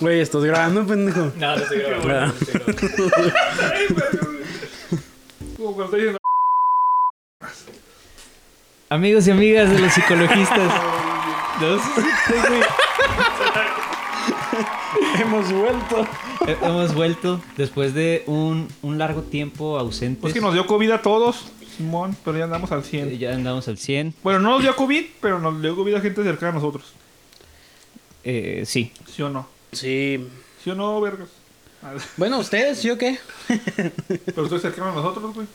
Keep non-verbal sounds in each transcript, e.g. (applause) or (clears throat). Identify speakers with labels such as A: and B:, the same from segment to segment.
A: Güey, estás grabando, pendejo.
B: No, no estoy grabando. No. estoy grabando.
C: Como cuando estoy diciendo.
B: Amigos y amigas de los psicologistas. (laughs) No, sí, sí, güey.
A: (laughs) Hemos vuelto.
B: Eh, Hemos vuelto después de un, un largo tiempo ausentes.
C: Pues que nos dio COVID a todos, Simón, pero ya andamos al
B: Eh,
C: 100.
B: Ya andamos al 100.
C: Bueno, no nos dio COVID, pero nos dio COVID a gente cercana a nosotros.
B: Eh, sí.
C: ¿Sí o no?
A: Sí.
C: ¿Sí o no, vergas? (laughs) Ah,
A: Bueno, ¿ustedes? ¿Yo qué?
C: Pero estoy cercano a nosotros, güey.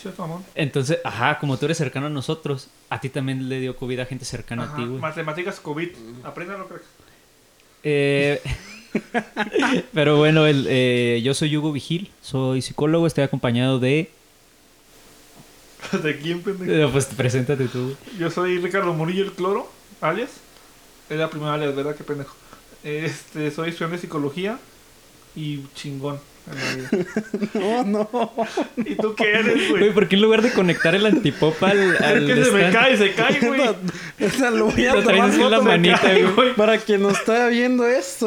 C: ¿Cierto, mamón?
B: Entonces, ajá, como tú eres cercano a nosotros, a ti también le dio COVID a gente cercana
C: Ajá,
B: a ti, güey.
C: Matemáticas COVID. Apréndalo, cracks.
B: Eh, (laughs) pero bueno, el, eh, yo soy Hugo Vigil, soy psicólogo, estoy acompañado de...
C: (laughs) ¿De quién, pendejo?
B: eh, Pues preséntate tú. güey.
C: Yo soy Ricardo Murillo el Cloro, alias. Es la primera alias, ¿verdad? Qué pendejo. Este, soy estudiante de psicología y chingón. en la vida.
A: No,
B: (laughs)
A: no.
C: ¿Y tú qué eres,
B: Güey,
C: güey?
B: ¿por qué en lugar de conectar el antipop al...
C: Es
B: al
C: que se me
B: stand,
C: cae, se cae,
B: (laughs)
C: güey.
A: O sea, lo voy a
B: Lo traes
A: tomar
B: así en la
A: foto
B: manita,
A: acá,
B: güey.
A: Para quien no está viendo esto.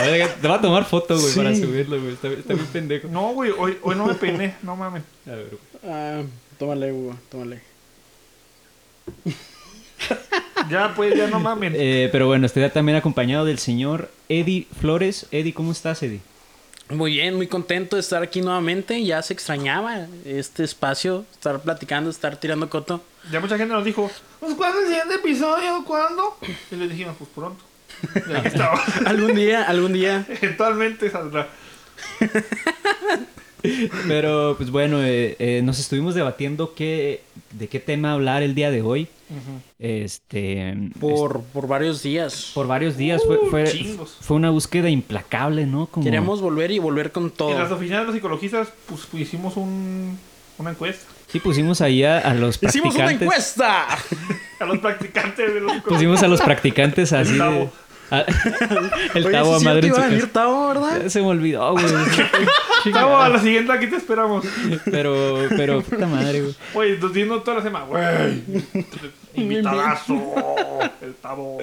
B: Oiga, Te va a tomar foto, güey,
A: Sí.
B: para subirlo, güey. Está, está muy pendejo.
C: No, güey, hoy, hoy no me peiné, no mames.
B: A ver, güey.
A: (laughs) Ah, tómale, Hugo, tómale.
C: Ya, pues, ya no mamen.
B: Eh, pero bueno, estoy también acompañado del señor Eddie Flores. Eddie, ¿cómo estás, Eddie?
A: Muy bien, muy contento de estar aquí nuevamente. Ya se extrañaba este espacio, estar platicando, estar tirando coto.
C: Ya mucha gente nos dijo, pues, ¿cuándo el siguiente episodio? ¿Cuándo? Y les dijimos, pues pronto. Y aquí (laughs) estaba.
A: Algún día, algún día.
C: Eventualmente saldrá.
B: Pero pues bueno, eh, eh, nos estuvimos debatiendo qué, de qué tema hablar el día de hoy. Este
A: Por, por varios días.
B: por varios días fue, fue,
C: chingos.
B: fue una búsqueda implacable, ¿no? Como,
A: Queremos volver y volver con
C: En las
A: todo.
C: oficinas de los psicologistas, pues, pues, hicimos un, una encuesta.
B: Sí, pusimos ahí a, a los practicantes.
A: ¡Hicimos una encuesta!
C: A los practicantes de los psicólogos.
B: Pusimos a los (laughs) practicantes así. de-
C: Tavo.
B: a- el
A: Oye,
B: tabo
A: sí
B: a
A: es
B: madre
A: cierto,
B: en su
A: iba a
B: casa.
A: venir Tavo, ¿verdad?
B: Se me olvidó, (laughs) güey.
C: Tavo, a la siguiente aquí te esperamos.
B: (laughs) Pero, pero, puta madre, güey.
C: Güey, nos diciendo toda la semana, güey. (laughs) Invitadazo. El Tavo.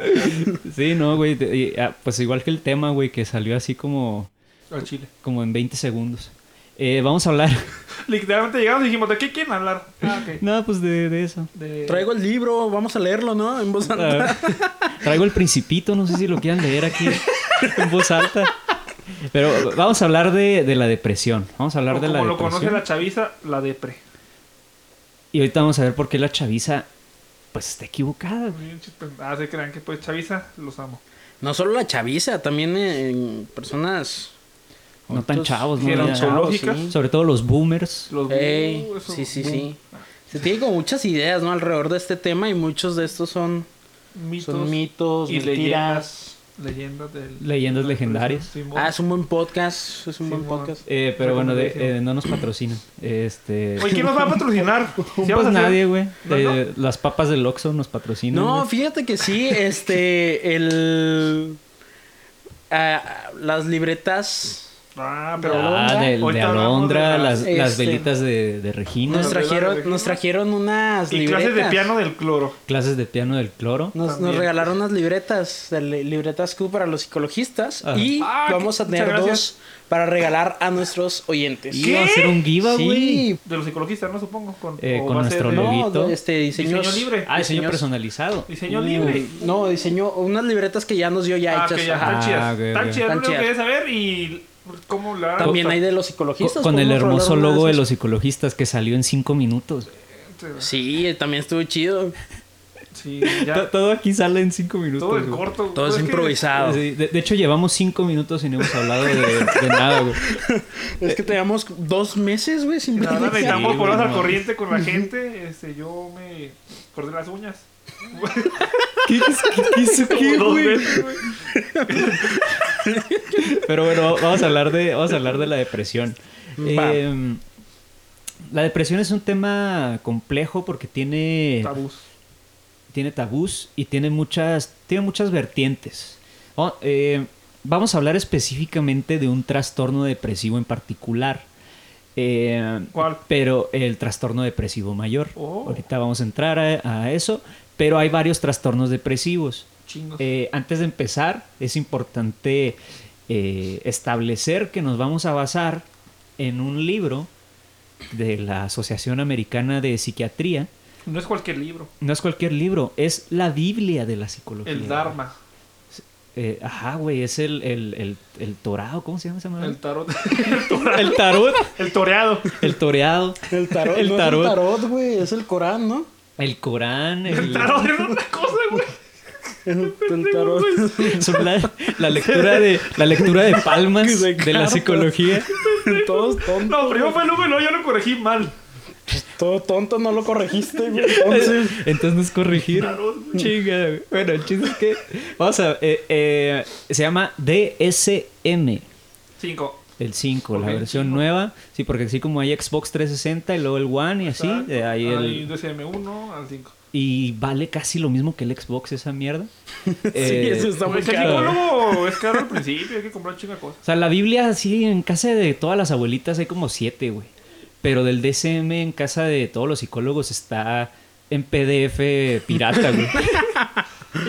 B: Sí, no, güey. te- y, ah, Pues igual que el tema, güey, que salió así como,
C: Al chile.
B: como en 20 segundos. Eh, vamos a hablar. (laughs)
C: Literalmente llegamos y dijimos, ¿de qué quieren hablar? Ah, ok.
B: No, pues de, de eso.
C: De-
A: Traigo el libro, vamos a leerlo, ¿no? En voz alta.
B: Ah, Traigo el principito, no sé si lo quieran leer aquí (laughs) en voz alta. Pero vamos a hablar de, de la depresión. Vamos a hablar
C: o
B: de la
C: como lo conoce
B: depresión.
C: la chaviza, la depre.
B: Y ahorita vamos a ver por qué la chaviza pues está equivocada, güey.
C: Ah, se crean que pues chaviza, los amo.
A: No solo la chaviza, también eh, en personas.
B: No tan
A: Otros
B: chavos, ¿no?
C: eran
B: Ya-
C: zoológicas.
A: sí.
B: Sobre todo los boomers.
C: Los
A: Ey,
C: uh, eso,
A: sí, sí,
C: uh,
A: sí. Se tiene como muchas ideas, ¿no? Alrededor de este tema y muchos de estos son,
C: Mitos
A: son mitos,
C: y
A: mentiras.
C: leyendas. Leyendas del-
B: Leyendas
C: del-
B: legendarias.
C: Simón.
A: Ah, es un buen podcast, es un
C: Sí,
A: buen
C: bueno.
A: podcast.
B: Eh, pero bueno, de- eh, no nos patrocinan. Este...
C: Oye, ¿quién nos va
A: (laughs)
C: a patrocinar? ¿Sí vamos a
B: pues
C: hacer-
B: nadie, güey.
C: ¿No,
B: Eh, Las papas del Oxxo nos patrocinan.
A: No,
B: güey.
A: fíjate que
B: (laughs)
A: sí, este, el... ah, las libretas
C: Ah, pero
B: Ah, de, de
C: Ahorita hablamos
B: Alondra,
C: de
B: las,
C: las-
B: las
A: este-
B: velitas de, de Regina,
A: nos
C: Una regla de
A: trajeron,
C: Regina.
A: nos trajeron unas
C: Y
A: libretas.
C: clases de piano del cloro.
B: clases de piano del cloro.
A: Nos, nos
C: También.
A: regalaron unas libretas, de li- libretas Q para los psicologistas.
B: Ajá.
A: Y
C: Ah,
A: vamos a
C: muchas
A: tener
C: gracias.
A: dos para regalar a nuestros oyentes.
B: Y va a ser un giveaway.
A: Sí,
C: De los psicologistas, no supongo. Con,
B: Eh,
C: o
B: con
C: va a ser
B: nuestro
C: de-
B: logo.
A: no,
B: Loguito.
A: este, diseños,
C: Diseño libre.
B: Ah, diseño
A: diseños-
B: personalizado.
C: Diseño
B: Uh,
C: libre.
A: No, diseñó unas libretas que ya nos dio ya
C: Ah,
A: hechas.
C: que ya
A: ajá.
C: están
B: Ah,
C: chidas.
B: ok,
C: Están
B: ok.
C: chidas, lo
A: Están
C: único que
A: chidas.
C: quería saber y cómo la...
A: También
B: Con-
A: hay de los
B: co-
A: psicologistas.
B: Con el
A: podemos
B: hermoso
A: hablar
B: logo de
A: unas
B: los psicologistas que salió en cinco minutos.
A: Sí, eh, también estuvo
C: (laughs)
A: chido.
C: Sí,
B: To-
C: ya.
B: Todo aquí sale en cinco minutos.
C: Todo el
B: güey.
C: corto.
A: Todo es
C: que-
A: improvisado.
B: Sí, de, de hecho, llevamos cinco minutos y no hemos hablado de, de nada,
C: (laughs)
B: güey.
A: Es que teníamos dos meses, güey, sin
C: La verdad, necesitamos
B: Sí,
C: ponernos
B: güey,
C: al
B: no.
C: corriente con la gente. Este, yo me corté las uñas.
B: ¿Qué, qué- qué hizo
C: Como
B: qué,
C: dos
B: güey?
C: veces, güey.
B: Pero bueno, vamos a hablar de, vamos a hablar de la depresión.
A: Va.
B: Eh, la depresión es un tema complejo porque tiene,
C: Tabús.
B: tiene tabús y tiene muchas, tiene muchas vertientes. Oh, eh, vamos a hablar específicamente de un trastorno depresivo en particular. Eh,
C: ¿Cuál?
B: Pero el trastorno depresivo mayor.
C: Oh.
B: Ahorita vamos a entrar a, a eso. Pero hay varios trastornos depresivos.
C: Chingos.
B: Eh, antes de empezar, es importante eh, establecer que nos vamos a basar en un libro de la Asociación Americana de Psiquiatría.
C: no es cualquier libro.
B: No es cualquier libro, es la Biblia de la psicología.
C: El
B: güey.
C: Dharma.
B: Eh, ajá, güey, es el, el, el, el torado, ¿cómo se llama esa madre?
C: El tarot. (laughs) el, tora-
B: El tarot,
C: el toreado.
B: el toreado,
A: El tarot.
B: (laughs) El
A: no
B: tarot.
A: Es el tarot, güey. Es el Corán, ¿no?
B: el Corán,
C: El
B: el-
C: tarot es otra cosa, güey.
A: El,
C: (laughs)
A: el tarot.
B: son la, (laughs) la lectura de la lectura de
C: (laughs)
B: palmas
A: De
B: de la
A: cartas.
B: psicología.
C: pues,
A: (laughs) Todos tontos.
C: No, primero fue el número, yo lo corregí mal.
A: Todo tonto no lo corregiste, (laughs) güey. Entonces,
B: (laughs) Entonces no es corregir. Chinga, güey. Bueno, el chiste es que. Vamos a. eh, eh, se llama DSM.
C: Cinco.
B: El 5,
C: Ok,
B: la
C: el
B: versión
C: cinco.
B: nueva. Sí, porque así como hay Xbox 360 y luego el One y así. eh, ahí el-
C: Hay DCM1 al 5.
B: y vale casi lo mismo que el Xbox esa mierda.
A: (laughs) sí,
B: Eh,
A: eso está muy
C: Pues el
A: caro.
C: psicólogo es caro al principio, hay que comprar chinga cosas.
B: O sea, la Biblia así en casa de todas las abuelitas hay como siete, güey. Pero del DSM en casa de todos los psicólogos está en PDF pirata, güey.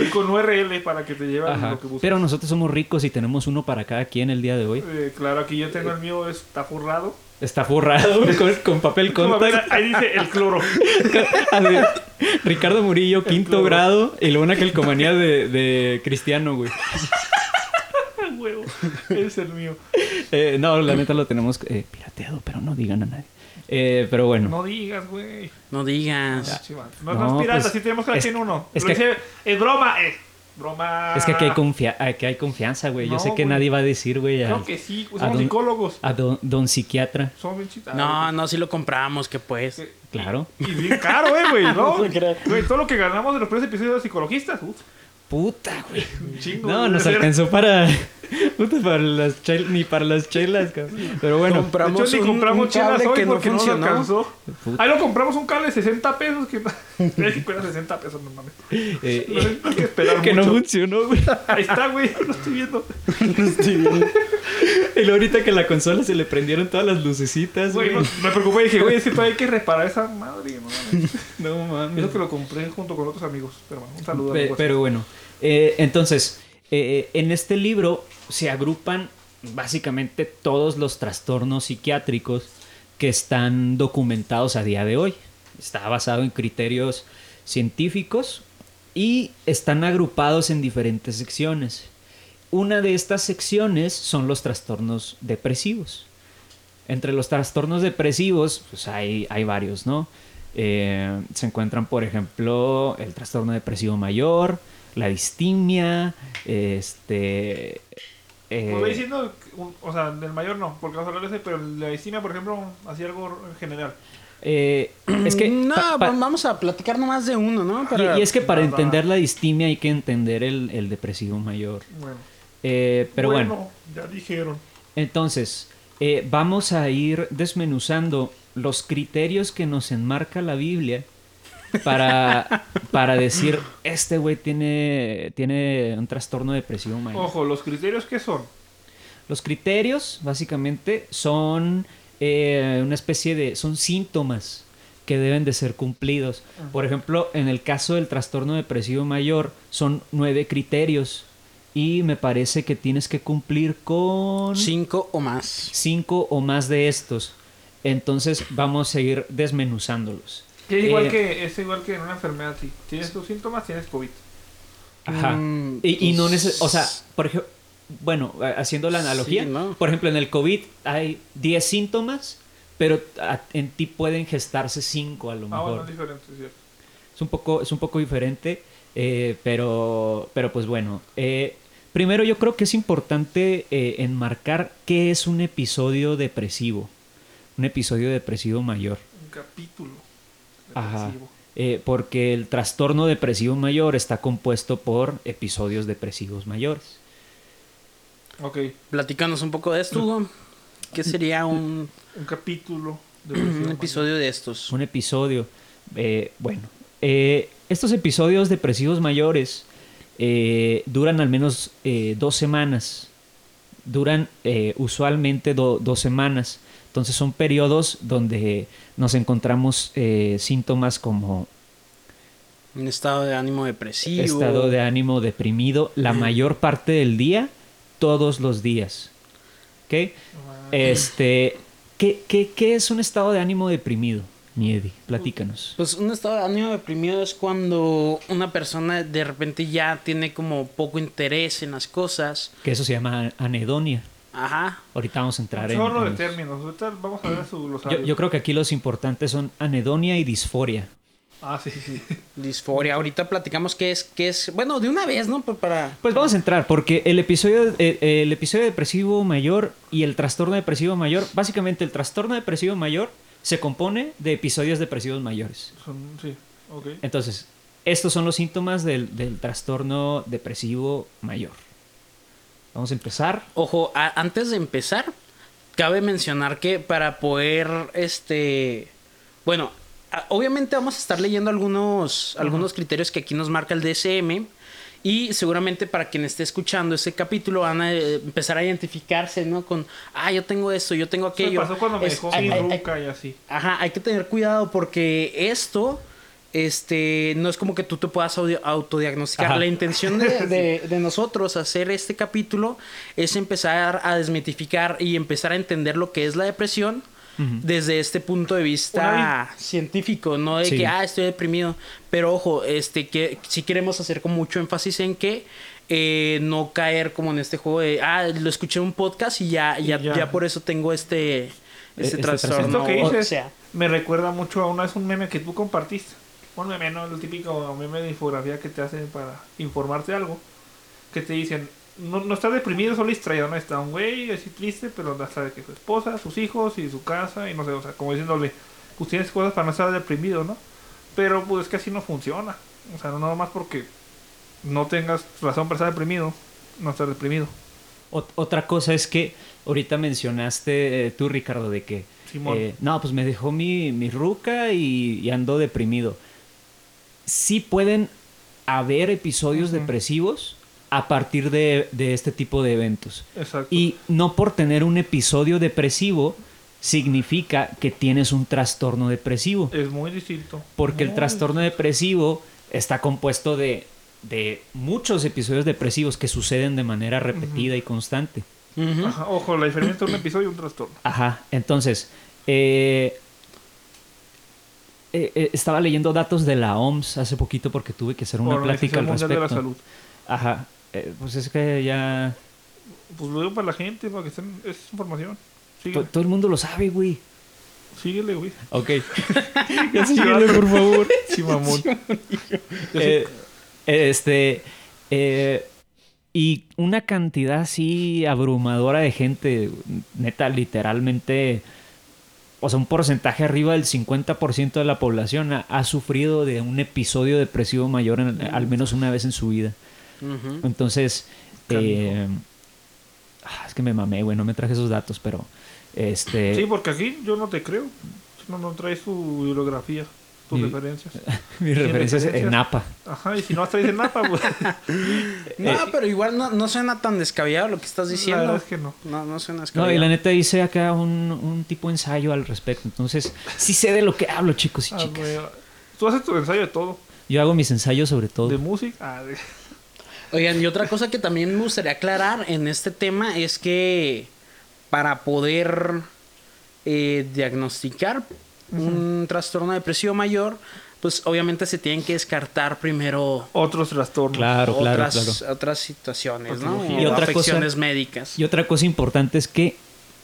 C: Y con URL para que te lleven
B: Ajá.
C: lo que buscas.
B: Pero nosotros somos ricos y tenemos uno para cada quien el día de hoy.
C: Eh, claro, aquí yo tengo el mío, está forrado.
B: Está forrado (laughs) con, con papel
C: Como
B: contact. (laughs)
C: ves, ahí dice el cloro. Ah,
B: A ver, Ricardo Murillo, quinto
C: clavo.
B: grado, y luego una calcomanía de, de Cristiano, güey.
C: Ay, huevo. Es el mío.
B: Eh, no, la neta lo tenemos eh, pirateado, pero no digan a nadie. Eh, pero bueno.
C: No digas, güey.
A: no digas.
C: Sí, man. No,
B: No,
C: no es pirata,
B: pues,
C: sí tenemos cada
B: es-
C: quien uno.
B: es
C: Es,
B: que-
C: es broma, eh. Broma.
B: Es que aquí hay, confia- aquí hay confianza, güey. Yo
C: No,
B: sé que
C: güey.
B: nadie va a decir, güey, a,
C: Creo que sí, pues,
B: ¿A
C: somos
B: dónde-
C: psicólogos.
B: a don, don psiquiatra.
C: Somos bien chitados.
A: No, no, si lo compramos, que pues.
B: Claro.
C: Y bien caro, eh,
B: (laughs)
C: güey, ¿no?
A: No se crea.
C: Güey, todo lo que ganamos de los primeros episodios de psicologistas, uf,
B: Puta, güey.
C: un chingo.
B: No,
C: güey.
B: nos alcanzó para. (laughs) Puta, para las chel- ni para las chelas, cabrón. Pero bueno.
C: De hecho,
A: compramos
C: ni
A: un,
C: compramos
A: un
C: chelas
A: cable
C: hoy
A: que no
C: porque no nos
A: funcionó.
C: alcanzó.
B: Puta.
C: Ahí lo compramos un cable de 60 pesos. Que...
B: (laughs)
C: Es que cuesta 60 pesos, no mames.
B: eh,
C: No hay que esperar
B: que no
C: mucho.
B: funcionó, güey. (laughs)
C: Ahí está, güey, (laughs) lo estoy viendo.
B: Y luego ahorita que la consola se le prendieron todas las lucecitas, güey.
C: Güey, no- me preocupé y dije, güey, es que todavía hay que reparar esa madre, no mames.
B: (laughs) No mames.
C: Eso que lo compré junto con otros amigos. Pero bueno, un saludo.
B: Pe-
C: amigos.
B: pero bueno, eh, entonces, eh, en este libro se agrupan básicamente todos los trastornos psiquiátricos que están documentados a día de hoy. Está basado en criterios científicos y están agrupados en diferentes secciones. Una de estas secciones son los trastornos depresivos. Entre los trastornos depresivos, pues hay, hay varios, ¿no? Eh, se encuentran, por ejemplo, el trastorno depresivo mayor, la distimia, este... eh,
C: Pues voy diciendo, un- o sea, del mayor no, porque vamos a hablar de ese, pero la distimia, por ejemplo, así algo en general.
B: eh, es que...
A: No,
B: pa- pa-
A: pues vamos a platicar nomás de uno, ¿no? Para-
B: y, y es que para
C: Va, va.
B: entender la distimia hay que entender el, el depresivo mayor.
C: Bueno.
B: Eh, pero bueno.
C: Ya dijeron.
B: Entonces, eh, vamos a ir desmenuzando los criterios que nos enmarca la Biblia para, para decir, este güey tiene, tiene un trastorno depresivo mayor.
C: Ojo, los criterios que son.
B: Los criterios, básicamente, son eh, una especie de... son síntomas que deben de ser cumplidos. Por ejemplo, en el caso del trastorno depresivo mayor, son nueve criterios. Y me parece que tienes que cumplir con
A: Cinco o más.
B: cinco o más de estos. Entonces vamos a ir desmenuzándolos.
C: Es igual,
B: Eh,
C: que, es igual que en una enfermedad, sí. Tienes tus síntomas, tienes COVID.
B: Ajá.
A: Mm,
B: y, y no
A: pues-
B: neces- O sea, por ejemplo. Bueno, a- haciendo la analogía,
A: Sí, ¿no?
B: por ejemplo, en el COVID hay 10 síntomas, pero a- en ti pueden gestarse 5 a lo
C: Ah, bueno,
B: mejor.
C: es diferente, es cierto.
B: Es un poco, es un poco diferente, eh, pero, pero pues bueno. eh, primero yo creo que es importante eh, enmarcar qué es un episodio depresivo, un episodio depresivo mayor.
C: Un capítulo.
B: Ajá.
C: depresivo.
B: Eh, porque el trastorno depresivo mayor está compuesto por episodios depresivos mayores.
C: Ok,
A: Platícanos un poco de esto, Hugo. ¿Qué sería un,
C: un
B: (clears throat)
C: capítulo. De
A: un episodio de estos?
B: Un episodio. eh, bueno, eh, estos episodios depresivos mayores eh, duran al menos eh, dos semanas. Duran eh, usualmente do- dos semanas. Entonces son periodos donde nos encontramos eh, síntomas como
A: Un estado de ánimo depresivo.
B: Estado de ánimo deprimido la mayor parte del día, todos los días. ¿Ok? Este, ¿qué, qué, qué es un estado de ánimo deprimido, Niedi? Platícanos.
A: Pues un estado de ánimo deprimido es cuando una persona de repente ya tiene como poco interés en las cosas.
B: Que eso se llama anedonia.
A: Ajá.
B: Ahorita vamos a entrar en...
C: Chorro de
B: en los-
C: términos. Ahorita vamos a ver su glosario.
B: yo, yo creo que aquí los importantes son anedonia y disforia.
C: Ah, sí, sí. (laughs)
A: Disforia. Ahorita platicamos qué es, qué es. Bueno, de una vez, ¿no? Pues para.
B: Pues vamos a entrar, porque el episodio, eh, eh, el episodio depresivo mayor y el trastorno depresivo mayor, básicamente el trastorno depresivo mayor se compone de episodios depresivos mayores.
C: Son, sí, ok.
B: Entonces, estos son los síntomas del, del trastorno depresivo mayor. Vamos a empezar.
A: Ojo, a- antes de empezar, cabe mencionar que para poder, este, bueno, a- obviamente vamos a estar leyendo algunos, algunos criterios que aquí nos marca el DSM y seguramente para quien esté escuchando este capítulo van a eh, empezar a identificarse, ¿no? Con, ah, yo tengo esto, yo tengo
C: Eso me
A: aquello.
C: pasó cuando me
A: Es-
C: dejó
A: ay,
C: mi
A: ay, ay,
C: ruca y así.
A: Ajá, hay que tener cuidado porque esto, este, no es como que tú te puedas audio- autodiagnosticar.
B: Ajá.
A: La intención de, de- de nosotros hacer este capítulo es empezar a desmitificar y empezar a entender lo que es la depresión desde este punto de vista científico, no de
B: Sí.
A: que, ah, estoy deprimido. Pero ojo, este, que si queremos hacer con mucho énfasis en que... eh, no caer como en este juego de ah lo escuché en un podcast y ya ya,
C: ya.
A: ya por eso tengo este este,
B: Este
A: trastorno
B: trastorno.
C: Esto que
A: o
C: dices
A: sea.
C: me recuerda mucho a una es un meme que tú compartiste. Un meme, ¿no? El típico meme de infografía que te hacen para informarte de algo. Que te dicen, no, no está deprimido, solo distraído, no está un güey así triste, pero anda sabe que su esposa, sus hijos y su casa, y no sé, o sea, como diciéndole, pues tienes cosas para no estar deprimido, ¿no? Pero pues es que así no funciona. O sea, no nada más porque no tengas razón para estar deprimido, no estar deprimido.
B: Ot- otra cosa es que ahorita mencionaste eh, tú, Ricardo, de que...
C: Simón.
B: eh, no, pues me dejó mi, mi ruca y, y ando deprimido. Sí pueden haber episodios
C: Ujú.
B: depresivos a partir de, de este tipo de eventos.
C: Exacto.
B: Y no por tener un episodio depresivo significa que tienes un trastorno depresivo.
C: es muy distinto.
B: Porque el
C: Muy
B: trastorno depresivo está compuesto de, de muchos episodios depresivos que suceden de manera repetida y constante. ¿Mm?
A: Ujú.
C: Ajá, ojo, la diferencia entre un episodio y un trastorno.
B: Ajá, entonces, eh, eh, eh, estaba leyendo datos de la OMS hace poquito porque tuve que hacer una plática
C: Organización
B: al
C: Mundial
B: respecto.
C: de la Salud.
B: Ajá, eh, pues es que ya
C: Pues lo digo para la gente, para que estén. Es información.
B: to-
C: Síguele,
B: todo el mundo lo sabe, güey. (laughs)
C: síguele, güey. (laughs)
B: Ok.
C: Ya síguele, por favor. (laughs) Sí, mamón.
B: Eh, este. eh, y una cantidad así abrumadora de gente, neta, literalmente. O sea, un porcentaje arriba del 50% de la población ha, ha sufrido de un episodio depresivo mayor en- al menos una vez en su vida.
A: Ujú.
B: Entonces, eh, ah, es que me mamé, güey, no me traje esos datos, pero este
C: Sí, porque aquí yo no te creo. No, no traes tu bibliografía, tus
B: Mi- (laughs)
C: referencias.
B: mi referencia es
C: referencias.
B: en APA.
C: Ajá, y si no has traído
B: (laughs)
C: nada, pues.
A: No,
B: Eh,
A: pero igual no, no suena tan descabellado lo que estás
C: La
A: diciendo.
C: verdad es que no.
A: No, no suena
B: No, y la
A: descabellado.
B: neta hice acá un, un tipo de ensayo al respecto. Entonces, sí sé de lo que hablo, chicos y
C: Ah,
B: chicas.
C: güey. Tú haces tu ensayo de todo.
B: Yo hago mis ensayos sobre
C: De
B: todo.
C: música. Ah, de-
A: Oigan, y otra cosa que también me gustaría aclarar en este tema es que para poder eh, diagnosticar un trastorno depresivo mayor, pues obviamente se tienen que descartar primero
C: Otros trastornos.
B: Claro, claro,
A: otras,
B: claro.
A: otras situaciones, ¿no?
C: Patología.
B: Y
A: O
B: otra cosa-
A: afecciones médicas.
B: Y otra cosa importante es que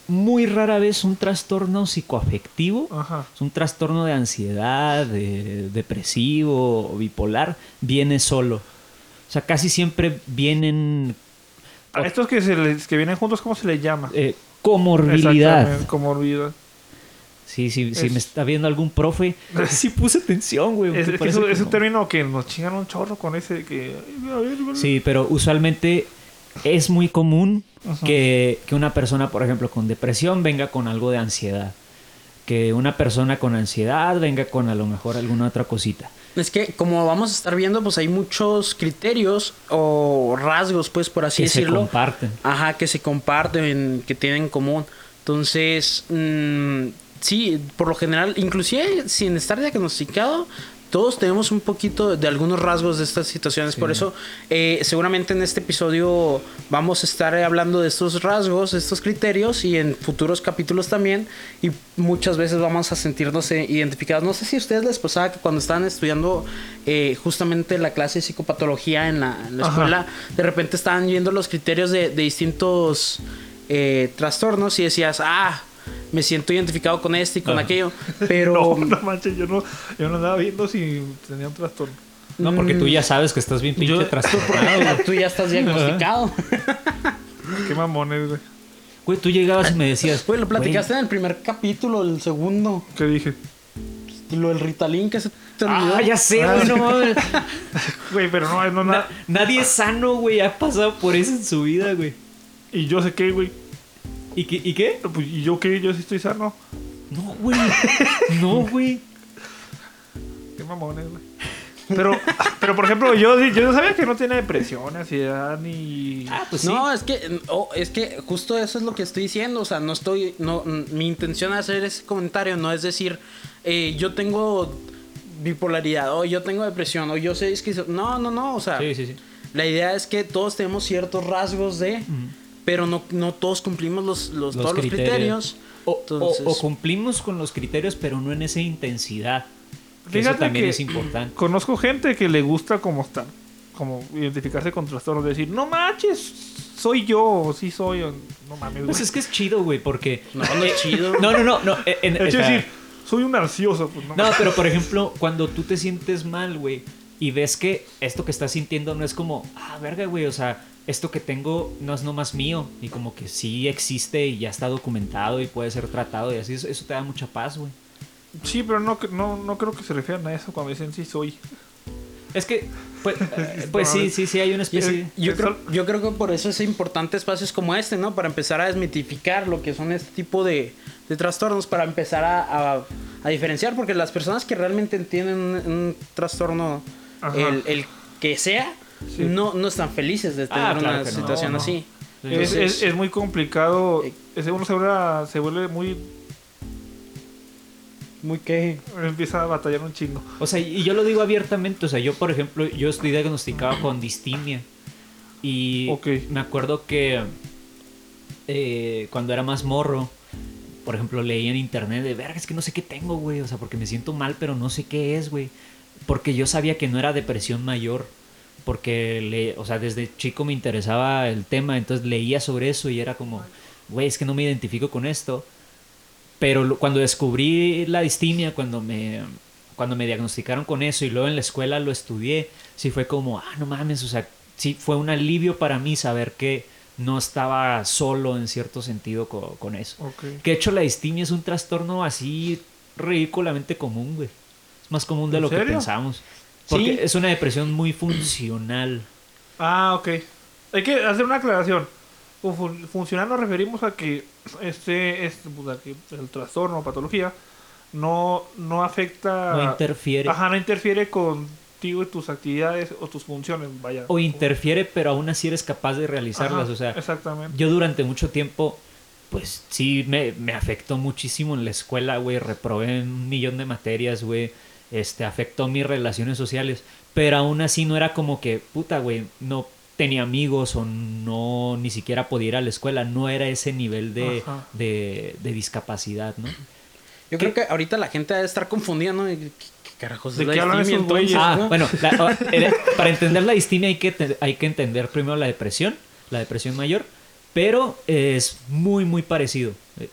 B: muy rara vez un trastorno psicoafectivo,
C: Ajá.
B: es un trastorno de ansiedad, de- depresivo o bipolar, viene solo. O sea, casi siempre vienen
C: A estos que, se les, que vienen juntos, ¿cómo se les llama?
B: eh,
C: Exactamente,
B: comorbilidad.
C: Comorbilidad.
B: Sí, sí, si
C: Es-
B: me está viendo algún profe, sí puse atención, güey.
C: Es,
B: porque
C: es que
B: parece
C: eso-
B: que
C: es un
B: no.
C: término que nos chingan un chorro con ese que... ay, a ver, (laughs)
B: Sí, pero usualmente es muy común
C: Ajá.
B: que, que una persona, por ejemplo, con depresión venga con algo de ansiedad. Que una persona con ansiedad venga con a lo mejor alguna otra cosita.
A: Es que como vamos a estar viendo, pues hay muchos criterios o rasgos, pues por así
B: que se
A: decirlo.
B: comparten.
A: Ajá, que se comparten, que tienen en común. Entonces, mm, sí, por lo general, inclusive sin estar diagnosticado, todos tenemos un poquito de algunos rasgos de estas situaciones. Por eso, eh, seguramente en este episodio vamos a estar hablando de estos rasgos, estos criterios y en futuros capítulos también. Y muchas veces vamos a sentirnos eh, identificados. No sé si a ustedes les pasaba que cuando estaban estudiando eh, justamente la clase de psicopatología en la, en la
C: Ajá.
A: escuela, de repente estaban viendo los criterios de, de distintos eh, trastornos y decías, ah. Me siento identificado con este y con
B: Ajá.
A: (laughs) aquello, pero
C: No, no manches, yo no, yo no andaba viendo si tenía un trastorno.
B: No, porque tú ya sabes que estás bien pinche
A: Mm. (laughs) Yo-
B: trastornado. güey.
A: tú ya estás diagnosticado.
C: Qué mamones, güey.
B: Güey, tú llegabas y me decías.
A: Güey, lo
B: "Güey,
A: platicaste en el primer capítulo, el segundo.
C: ¿Qué dije?
A: Lo del Ritalin que se te olvidó.
B: Ah, ya sé, güey, no mames. (laughs)
C: Güey, pero no, no,
B: Na-
C: nada.
B: nadie sano, güey, ha pasado por eso en su vida, güey.
C: Y yo sé qué, güey.
B: ¿Y qué? ¿Y qué?
C: Pues, ¿Y yo qué? Yo sí estoy sano.
B: No, güey. (laughs) No, güey.
C: Qué mamones, güey. Pero, pero por ejemplo, yo, yo no sabía que no tenía depresión, ansiedad, ni.
B: Ah, pues sí.
A: No, es que, oh, es que justo eso es lo que estoy diciendo. O sea, no estoy. No, mm, mi intención de hacer ese comentario no es decir, eh, yo tengo bipolaridad, o yo tengo depresión, o yo soy esquizo. No, no, no. O sea,
B: Sí, sí, sí.
A: la idea es que todos tenemos ciertos rasgos de. Pero no, no todos cumplimos los, los-
B: Los
A: todos los criterios.
B: O, o-
A: Entonces-
B: o cumplimos con los criterios, pero no en esa intensidad. Que eso
C: Fíjate
B: también
C: que-
B: es
C: (clears throat)
B: importante.
C: Conozco gente que le gusta como está, como identificarse con trastornos, decir, no manches, soy yo, o sí soy, o no mames, güey.
B: Pues es que es chido, güey, porque. eh,
A: No, no es chido.
B: No, no, no. no eh, en-
C: De hecho,
B: o sea,
C: decir, soy un ansioso, pues no,
B: No, pero por ejemplo, cuando tú te sientes mal, güey, y ves que esto que estás sintiendo no es como, ah, verga, güey, o sea, esto que tengo no es nomás mío, y como que sí existe y ya está documentado y puede ser tratado, y así, eso, eso te da mucha paz, güey.
C: Sí, pero no, cre- no, no creo que se refieran a eso cuando dicen sí soy.
B: Es que,
C: (laughs)
B: pues, eh, pues sí, sí, sí, hay una especie.
A: Yo
C: Eh,
A: creo,
C: sal-
A: yo creo que por eso es importante espacios como este, ¿no? Para empezar a desmitificar lo que son este tipo de, de trastornos, para empezar a, a- a diferenciar, porque las personas que realmente tienen un, un trastorno,
C: Ajá.
A: el, el que sea,
C: Sí.
A: no, no están felices de tener
B: Ah, claro
A: una
B: que no.
A: situación
C: No, no.
A: así.
C: Es,
A: Entonces-
C: es- es muy complicado,
A: Eh.
C: ese uno se vuelve, se vuelve muy,
A: Muy que...
C: empieza a batallar un chingo.
B: O sea, y yo lo digo abiertamente, o sea, yo, por ejemplo, yo estoy diagnosticado con distimia. Y
C: Ok.
B: me acuerdo que eh, cuando era más morro, por ejemplo, leí en internet de, verga, es que no sé qué tengo, güey, o sea, porque me siento mal, pero no sé qué es, güey. Porque yo sabía que no era depresión mayor, porque, le, o sea, desde chico me interesaba el tema, entonces leía sobre eso y era como, güey, es que no me identifico con esto. Pero lo- cuando descubrí la distimia, cuando me, cuando me diagnosticaron con eso y luego en la escuela lo estudié, sí fue como, ah, no mames, o sea, sí fue un alivio para mí saber que no estaba solo en cierto sentido co- con eso.
C: Ok.
B: Que de hecho la distimia es un trastorno así ridículamente común, güey. Es más común de
C: ¿En
B: lo que
C: serio?
B: pensamos. Porque
A: Sí.
B: es una depresión muy funcional.
C: Ah, ok. Hay que hacer una aclaración. Con fun- funcional nos referimos a que este, este pues, a que el trastorno o patología no, no afecta.
B: No interfiere.
C: Ah, Ajá, no interfiere contigo y tus actividades o tus funciones, vaya.
B: O interfiere, pero aún así eres capaz de realizarlas.
C: Ajá,
B: o sea,
C: Exactamente.
B: yo durante mucho tiempo, pues sí, me, me afectó muchísimo en la escuela, güey. Reprobé un millón de materias, güey. Este, afectó mis relaciones sociales. Pero aún así no era como que, puta, güey, no tenía amigos o no, ni siquiera podía ir a la escuela. No era ese nivel de,
C: Ajá.
B: de, de discapacidad, ¿no?
A: Yo creo que ahorita la gente debe estar confundida, ¿no? ¿Qué, qué carajos es
C: ¿De
A: la
C: qué hablan
A: distimia,
C: esos güeyes,
A: entonces,
B: Ah,
A: no?
B: bueno, la- o- era- para entender la distimia hay que, te- hay que entender primero la depresión, la depresión mayor, pero es muy, muy parecido. Eh,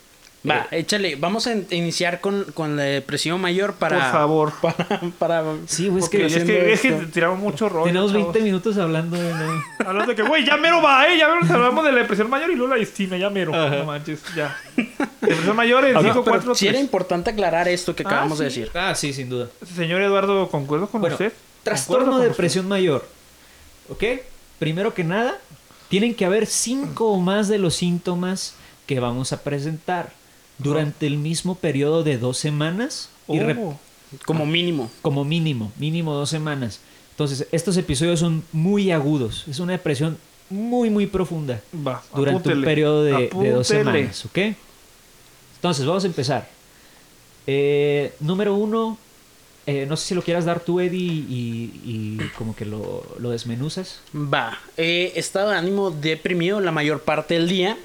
A: Va, échale, vamos a in- iniciar con, con la depresión mayor para...
C: Por favor.
A: (laughs) Para... para
B: Sí, güey, es
C: Porque
B: que,
C: es
A: haciendo
C: que, es que
A: esto.
C: tiramos mucho rollo.
B: tenemos
C: chavos.
B: 20 minutos hablando de... la-
C: Hablando de que, güey, ya mero va, eh. Ya mero hablamos de la depresión mayor y luego la distimia, ya mero.
B: Ajá.
C: No manches, ya. Depresión mayor es
B: Ah, no,
C: 5,
A: Pero
C: 4,
A: sí era importante aclarar esto que
C: Ah,
A: acabamos de
C: sí.
A: decir.
B: Ah, sí, sin duda.
C: Señor Eduardo, concuerdo con
B: Bueno,
C: usted.
B: trastorno
C: Concuerdo
B: de
C: con usted.
B: depresión mayor. ¿Ok? Primero que nada, tienen que haber cinco o más de los síntomas que vamos a presentar durante el mismo periodo de dos semanas y, rep-
C: Oh.
A: Como mínimo.
B: como mínimo, mínimo dos semanas. Entonces, estos episodios son muy agudos. Es una depresión muy, muy profunda
C: Va,
B: durante un
C: apúntele,
B: periodo de, de dos
C: apúntele.
B: semanas, ¿ok? Entonces, vamos a empezar. Eh, número uno, eh, no sé si lo quieras dar tú, Eddie, y, y como que lo, lo desmenuzas.
A: Va, eh, estado de ánimo deprimido la mayor parte del día,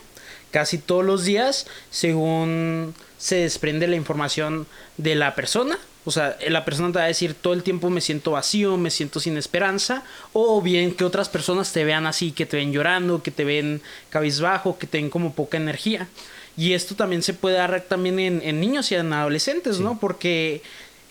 A: casi todos los días, según se desprende la información de la persona. O sea, eh, la persona te va a decir todo el tiempo me siento vacío, me siento sin esperanza, o bien que otras personas te vean así, que te ven llorando, que te ven cabizbajo, que te ven como poca energía. Y esto también se puede dar también en, en niños y en adolescentes, ¿no? Porque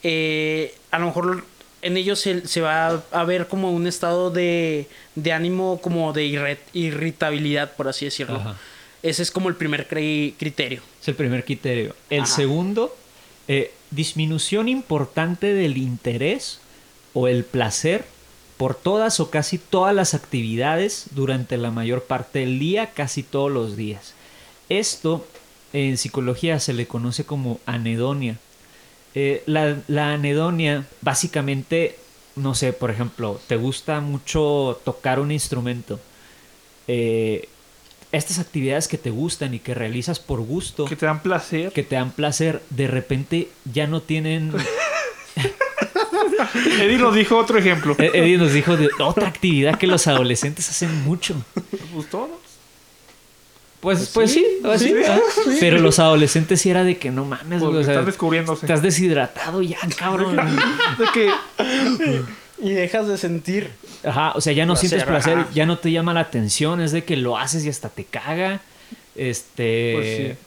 A: eh, a lo mejor en ellos se, se va a ver como un estado de, de ánimo, como de irre- irritabilidad, por así decirlo.
B: Ajá.
A: Ese es como el primer cri- criterio.
B: Es el primer criterio. El
A: Ajá.
B: segundo, eh, disminución importante del interés o el placer por todas o casi todas las actividades durante la mayor parte del día, casi todos los días. Esto en psicología se le conoce como anedonia. Eh, la, la anedonia, básicamente, no sé, por ejemplo, te gusta mucho tocar un instrumento. Eh, estas actividades que te gustan y que realizas por gusto,
C: Que te dan placer.
B: que te dan placer, de repente ya no (laughs) tienen...
C: Eddie nos dijo otro ejemplo.
B: Eh, Eddie nos dijo de otra actividad que los adolescentes hacen mucho.
C: Pues todos.
B: Pues, pues sí, pues sí, ah, Pero los adolescentes sí era de que no mames, güey,
C: Porque
B: o sea,
C: están descubriéndose.
B: estás deshidratado ya, cabrón. (laughs)
C: De que
A: Y dejas de sentir.
B: Ajá, o sea, ya no
A: Placer,
B: sientes placer,
A: ajá.
B: ya no te llama la atención, es de que lo haces y hasta te caga. Este.
C: Pues sí.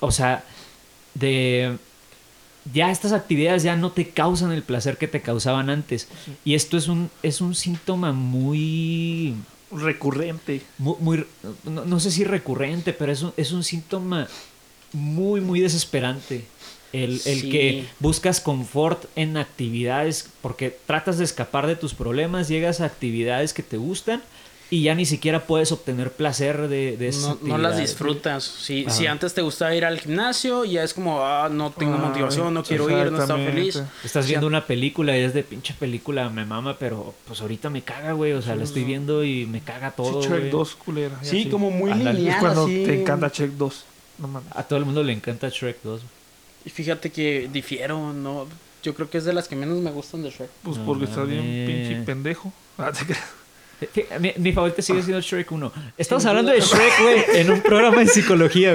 B: O sea, de. Ya estas actividades ya no te causan el placer que te causaban antes.
C: Pues
B: Y esto es un, es un síntoma muy.
C: recurrente.
B: muy, muy- no, no sé si recurrente, pero es un, es un síntoma muy, muy desesperante. El, el
A: Sí.
B: que buscas confort en actividades, porque tratas de escapar de tus problemas, llegas a actividades que te gustan y ya ni siquiera puedes obtener placer de, de esas
A: No, no las
B: actividades.
A: disfrutas. Si,
B: Ajá.
A: si antes te gustaba ir al gimnasio, ya es como, ah, no tengo
C: Ah,
A: motivación, no quiero ir, no estaba
C: exactamente.
A: feliz.
B: Estás viendo una película y es de pinche película, me mama, pero pues ahorita me caga, güey. O sea, la estoy viendo y me caga todo.
C: Sí, Shrek
B: güey.
C: 2, culera. y así.
A: muy
B: Ándale.
C: Es cuando te encanta Check 2. No mames.
B: A todo el mundo le encanta Shrek 2.
A: Y fíjate que difiero, ¿no? Yo creo que es de las que menos me gustan de Shrek.
C: Pues
B: No
C: porque estás bien
B: mames.
C: pinche pendejo. (laughs) Ah, te creas.
B: Sí, Mi, mi favorito sigue siendo Shrek 1. Estamos hablando de Shrek, güey, en un programa de psicología,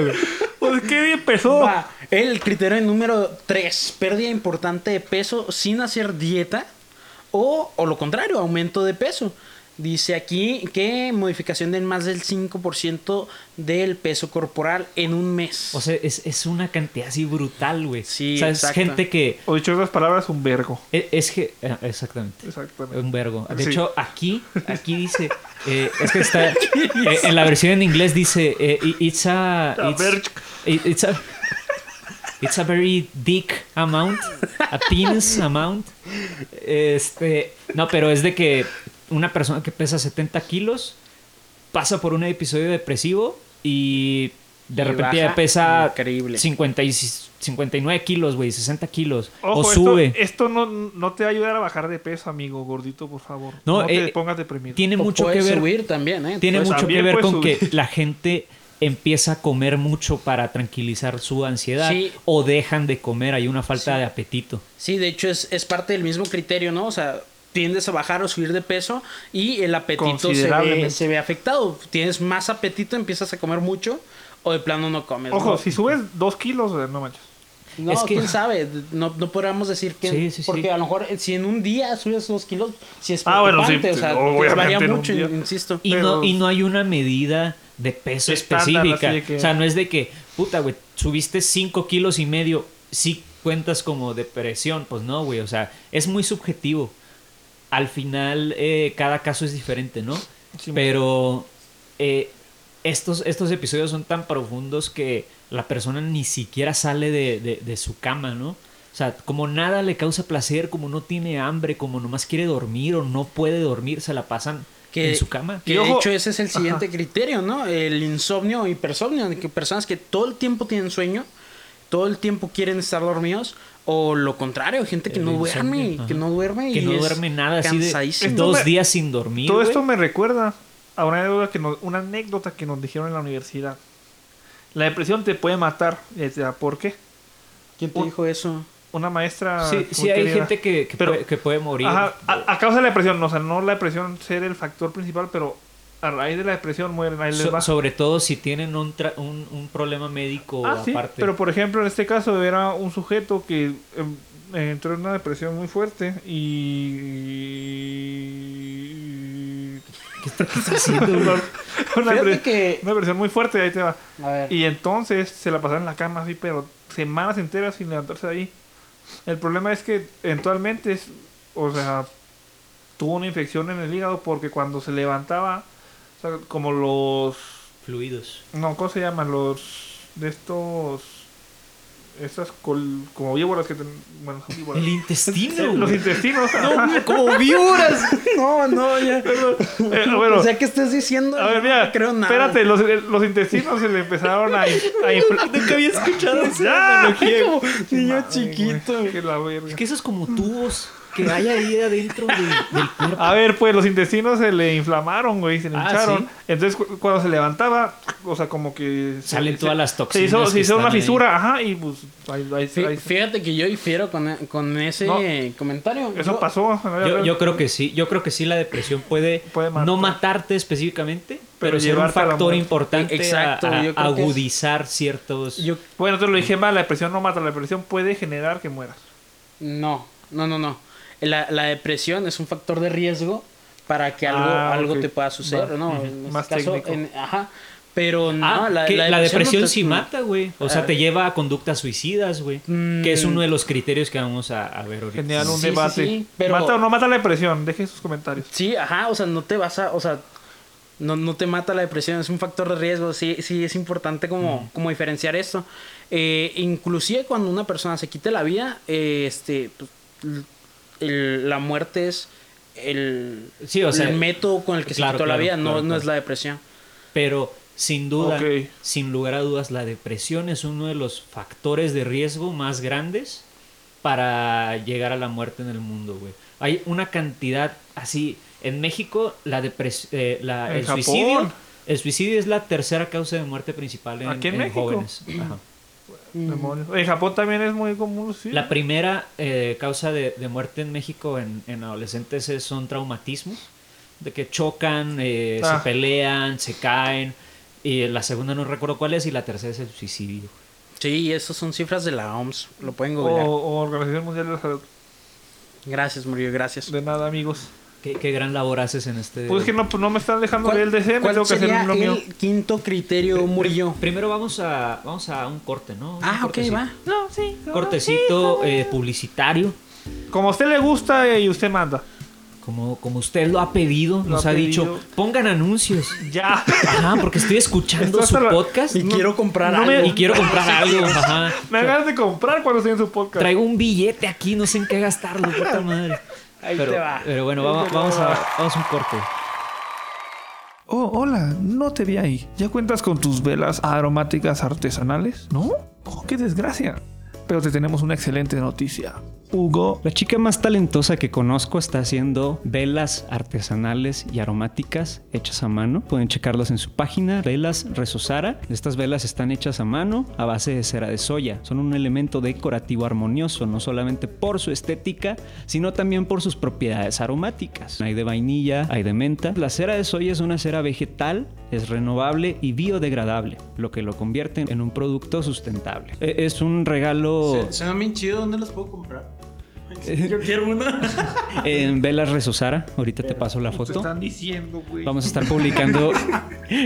A: (laughs)
B: güey.
C: Pues qué
B: Oh.
C: empezó.
A: Va, el criterio número 3, pérdida importante de peso sin hacer dieta o, o lo contrario, aumento de peso. Dice aquí que modificación de más del 5% del peso corporal en un mes.
B: O sea, es, es una cantidad así brutal, güey.
A: Sí,
B: o sea,
A: exacto.
B: es gente que.
C: O dicho otras palabras, un vergo.
B: Es, es que. ah, Exactamente.
C: Exactamente.
B: Un vergo. De
C: Sí.
B: hecho, aquí, aquí dice.
C: (laughs)
B: eh, es que está. eh, en la versión en inglés dice. eh, i- it's a.
C: A
B: It's,
C: ver.
B: it- it's a. It's a very dick amount. A penis amount. Este. No, pero es de que una persona que pesa 70 kilos pasa por un episodio depresivo y de
A: Y
B: repente
A: baja
B: ya pesa
A: increíble.
B: 50 y 59 kilos, güey, 60 kilos.
C: Ojo,
B: o
C: esto-
B: sube.
C: Esto, no, no te va a ayudar a bajar de peso, amigo gordito, por favor.
B: No,
C: No, te
B: eh,
C: pongas deprimido.
B: Tiene
A: O
B: mucho
A: puede
B: que ver.
A: subir también, ¿eh?
B: Tiene
A: Puede
B: mucho que
C: también
B: ver
C: puede
B: con
C: subir.
B: que la gente empieza a comer mucho para tranquilizar su ansiedad
A: Sí.
B: o dejan de comer, hay una falta de apetito.
A: Sí, de hecho es, es parte del mismo criterio, ¿no? O sea, tiendes a bajar o subir de peso y el apetito se ve,
C: Considerablemente.
A: se ve afectado. Tienes más apetito, empiezas a comer mucho o de plano no comes.
C: Ojo,
A: ¿no?
C: si subes dos kilos, eh, no manches.
A: No,
B: es que-
A: quién sabe, no, no podríamos decir que...
B: Sí, sí, sí.
A: porque a lo mejor eh, si en un día subes dos kilos, si es
C: Ah, bueno,
A: preocupante,
C: sí,
A: o sea, pues,
C: obviamente
A: varía
C: en un
A: mucho,
C: día.
A: insisto.
B: Y,
C: Pero-
B: no, y no hay una medida de peso
C: Estándar,
B: específica.
C: así de que-
B: O sea, no es de que, puta, güey, subiste 5 kilos y medio, sí cuentas como depresión. Pues no, güey, o sea, es muy subjetivo. Al final, eh, cada caso es diferente, ¿no?
C: Sí,
B: Pero eh, estos, estos episodios son tan profundos que la persona ni siquiera sale de, de- de su cama, ¿no? O sea, como nada le causa placer, como no tiene hambre, como nomás quiere dormir o no puede dormir, se la pasan
A: Que-
B: en su cama.
A: Que
C: Y
A: de
C: ojo-
A: hecho ese es el siguiente criterio, ¿no? El insomnio o hipersomnio, que personas que todo el tiempo tienen sueño, todo el tiempo quieren estar dormidos, o lo contrario, gente que
B: El
A: no
B: insomnio,
A: duerme,
B: ajá.
A: que no duerme y
B: que no
A: es
B: duerme nada así de
A: cansadísimo.
C: Esto
B: dos
C: me-
B: días sin dormir.
C: Todo
B: güey.
C: esto me recuerda a una anécdota que nos, una anécdota que nos dijeron en la universidad. La depresión te puede matar. Y decía, ¿Por qué?
A: ¿Quién te
C: Un-
A: dijo eso?
C: una maestra.
B: Sí, sí hay
C: multidisciplinaria.
B: gente que, que
C: ah, Pero-
B: puede, que puede morir.
C: Ajá, ah, a, a causa de la depresión, o sea, no la depresión ser el factor principal, pero a raíz de la depresión mueren, ahí les
B: So-
C: va.
B: sobre todo si tienen un, tra- un, un problema médico
C: ah, sí,
B: aparte.
C: pero por ejemplo, en este caso era un sujeto que em, entró en una depresión muy fuerte y...
B: ¿Qué está- qué está haciendo?
C: una, (laughs) una
A: Fíjate
C: depre-
A: que-
C: una depresión muy fuerte, ahí te va.
A: A ver.
C: Y entonces se la pasaron en la cama así, pero semanas enteras sin levantarse de ahí. El problema es que eventualmente, es- o sea, tuvo una infección en el hígado porque cuando se levantaba, o sea, como los,
B: Fluidos.
C: no, ¿cómo se llaman? Los de estos, estas col- como víboras que, ten- bueno, son víboras.
B: El intestino.
C: (laughs) Eh, los
B: güey.
C: intestinos.
A: No, (laughs) como víboras. (laughs) No, no, ya.
C: (laughs) Eh, bueno,
A: O sea, ¿qué estás diciendo?
C: a ver,
A: Yo
C: mira,
A: no creo nada.
C: espérate, los, eh, los intestinos se le empezaron a, in-
B: (laughs)
C: a infla-
B: Nunca
A: (laughs)
B: había escuchado eso.
C: ¡Ya!
A: Es como niño
C: Madre,
A: chiquito.
C: güey, que la verga.
B: Es que esos como tubos que hay ahí adentro de- del cuerpo.
C: A ver, pues los intestinos se le inflamaron, güey, se le
B: Ah,
C: hincharon.
B: ¿sí?
C: Entonces cu- cuando se levantaba, o sea, como que... se-
B: Salen
C: se-
B: todas las
C: Se
B: toxinas.
C: hizo,
B: que
C: se hizo
B: están
C: una
B: ahí.
C: fisura, ajá, y pues ahí, ahí-
A: Fí-
C: ahí-
A: Fíjate que yo difiero con, con ese
C: No.
A: comentario.
C: eso
A: Yo-
C: pasó.
B: Yo, yo creo que sí, yo creo que sí la depresión puede,
C: Puede matar.
B: no matarte específicamente, pero,
C: Pero
B: ser un
C: llevarte a la
B: factor
C: muerte.
B: importante
A: Exacto,
B: a, a
A: yo creo que es-
B: agudizar ciertos...
A: Yo,
C: Bueno, te lo dije mal, la depresión no mata, la depresión puede generar que mueras.
A: no, no, no, no. La, la depresión es un factor de riesgo para que algo,
C: Ah,
A: algo
C: ok.
A: te pueda suceder,
C: Va.
A: ¿no?
C: Ujú.
A: En este
C: Más
A: caso,
C: técnico.
A: en- ajá. Pero no,
B: Ah,
A: la,
B: que
A: la
B: la depresión
A: no te- Ah.
B: sí mata, güey. O sea, te lleva a conductas suicidas, güey.
A: Mm.
B: Que es uno de los criterios que vamos a, a ver ahorita.
C: Generar un
A: Sí, sí,
C: debate.
A: sí, pero-
C: ¿Mata o no mata la depresión? Dejen sus comentarios.
A: Sí, ajá, o sea, no te vas a, o sea, no, no te mata la depresión, es un factor de riesgo, sí, sí, es importante como, como diferenciar esto. Eh, inclusive cuando una persona se quite la vida, eh, este, pues, l- el- la muerte es el,
B: Sí, o sea,
A: el método con el que se
B: claro,
A: quitó la
B: claro,
A: vida, no,
B: claro,
A: no
B: claro.
A: es la depresión.
B: Pero sin duda,
C: Ok.
B: sin lugar a dudas, la depresión es uno de los factores de riesgo más grandes para llegar a la muerte en el mundo, güey. Hay una cantidad así. En México, la depres- eh, la-
C: En
B: el
C: Japón.
B: suicidio. El suicidio es la tercera causa de muerte principal en,
C: Aquí en
B: en
C: México.
B: jóvenes. Ajá.
A: Mm.
C: Demonios. En Japón también es muy común, sí.
B: La primera eh, causa de, de muerte en México en, en adolescentes es- son traumatismos, de que chocan, eh,
C: Ah.
B: se pelean, se caen. Y la segunda no recuerdo cuál es y la tercera es el suicidio.
A: Sí, esas son cifras de la OMS, lo pueden
C: o,
A: googlear.
C: o Organización Mundial de la Salud.
A: Gracias, Murillo, gracias.
C: De nada, amigos.
B: ¿Qué, qué gran labor haces en este...
C: Pues es que no, pues, no me están dejando
A: Eh, ¿Cuál,
C: leer el DC, me
A: cuál
C: tengo que hacer
A: sería
C: lo mío.
A: el quinto criterio, Murillo?
B: Primero vamos a, vamos a un corte, ¿no? Un
A: Ah, ok,
B: cortecito.
A: va.
C: No, sí. no, no,
B: Cortecito
C: sí,
B: eh, publicitario,
C: Como a usted le gusta eh, y usted manda.
B: como, como usted lo ha pedido, nos
C: ha
B: ha,
C: pedido.
B: dicho, pongan anuncios.
C: Ya.
A: (laughs)
B: Ajá, porque estoy
C: Esto
B: escuchando su
C: hasta la-
B: podcast
A: Y (laughs) quiero comprar
C: no me-
A: algo.
B: y quiero comprar algo. Ajá.
C: Me dan ganas de comprar cuando estoy en su podcast.
B: Traigo un billete aquí, no sé en qué gastarlo, puta madre.
A: Ahí
B: pero,
A: te va.
B: pero bueno, vamos, vamos a, vamos a un corte.
C: Oh, hola, no te vi ahí. ¿Ya cuentas con tus velas aromáticas artesanales? ¿No? Oh, ¡Qué desgracia! Pero te tenemos una excelente noticia. Hugo
D: La chica más talentosa que conozco está haciendo velas artesanales y aromáticas hechas a mano. Pueden checarlas en su página, Velas Resosara. Estas velas están hechas a mano a base de cera de soya. Son un elemento decorativo armonioso, no solamente por su estética, sino también por sus propiedades aromáticas. Hay de vainilla, hay de menta. La cera de soya es una cera vegetal, es renovable y biodegradable, lo que lo convierte en un producto sustentable. E- Es un regalo...
A: Suena bien chido, ¿dónde los puedo comprar? Yo quiero una.
D: En Velas Resosara, ahorita te paso la foto.
C: diciendo, güey.
D: Vamos a estar
C: (laughs)
D: publicando.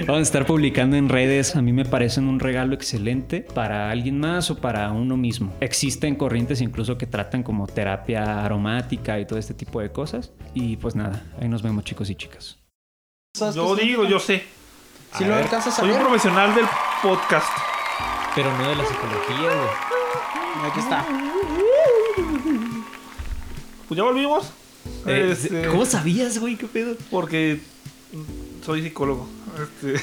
D: vamos a estar publicando en redes. A mí me parecen un regalo excelente para alguien más o para uno mismo. Existen corrientes incluso que tratan como terapia aromática y todo este tipo de cosas. Y pues nada, ahí nos vemos chicos y chicas.
C: Yo digo, yo sé.
A: Si lo alcanzas a
C: Soy un
A: ver,
C: profesional del podcast.
B: Pero no de la psicología, güey.
A: aquí está.
C: Pues ya volvimos.
B: Eh,
C: Este,
B: ¿Cómo sabías, güey? ¿Qué pedo?
C: Porque soy psicólogo. Este,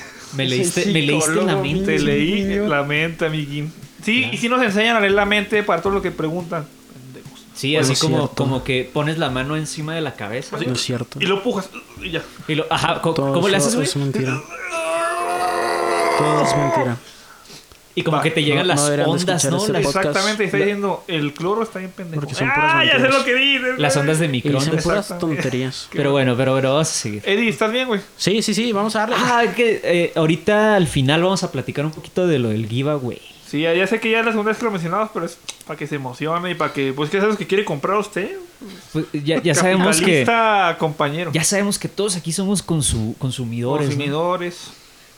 A: Soy
B: Me leíste, me leíste la
A: psicólogo,
B: mente.
C: te leí
A: niño.
C: la mente, amiguín. Sí, y si nos enseñan a leer la mente para todo lo que preguntan. Pendejos.
B: Sí,
A: Bueno,
B: así como,
A: cierto.
B: como que pones la mano encima de la cabeza. güey.
A: es cierto.
C: Y lo pujas. Y ya.
B: Y lo, ajá, co- ¿cómo, le haces, güey?
A: (laughs) mentira. Todo es mentira.
B: Y como
C: Va,
B: que te
A: no-
B: llegan
A: no
B: las
A: deberían de
B: ondas,
A: escuchar
B: ¿no?
A: ese
B: Las,
A: podcast.
C: Exactamente, está diciendo, el cloro está bien pendejo.
A: Porque son puras
C: ah, ya sé
A: mentiras.
C: lo que dices.
B: las ondas de
A: Y dicen
B: microondas.
A: puras
C: Exactamente.
A: tonterías.
B: Pero bueno, pero, pero vamos a seguir.
C: Eddie, ¿estás bien, güey?
A: Sí, sí, sí, vamos a darle. (laughs)
B: Ah, que eh, ahorita al final vamos a platicar un poquito de lo del giveaway.
C: Sí, ya, ya sé que ya es la segunda vez que lo mencionamos, pero es para que se emocione y para que, pues, ¿qué es lo que quiere comprar usted?
B: Pues, ya, ya sabemos que
C: Capitalista, compañero.
B: ya sabemos que todos aquí somos consu- consumidores. ¿no?
C: consumidores.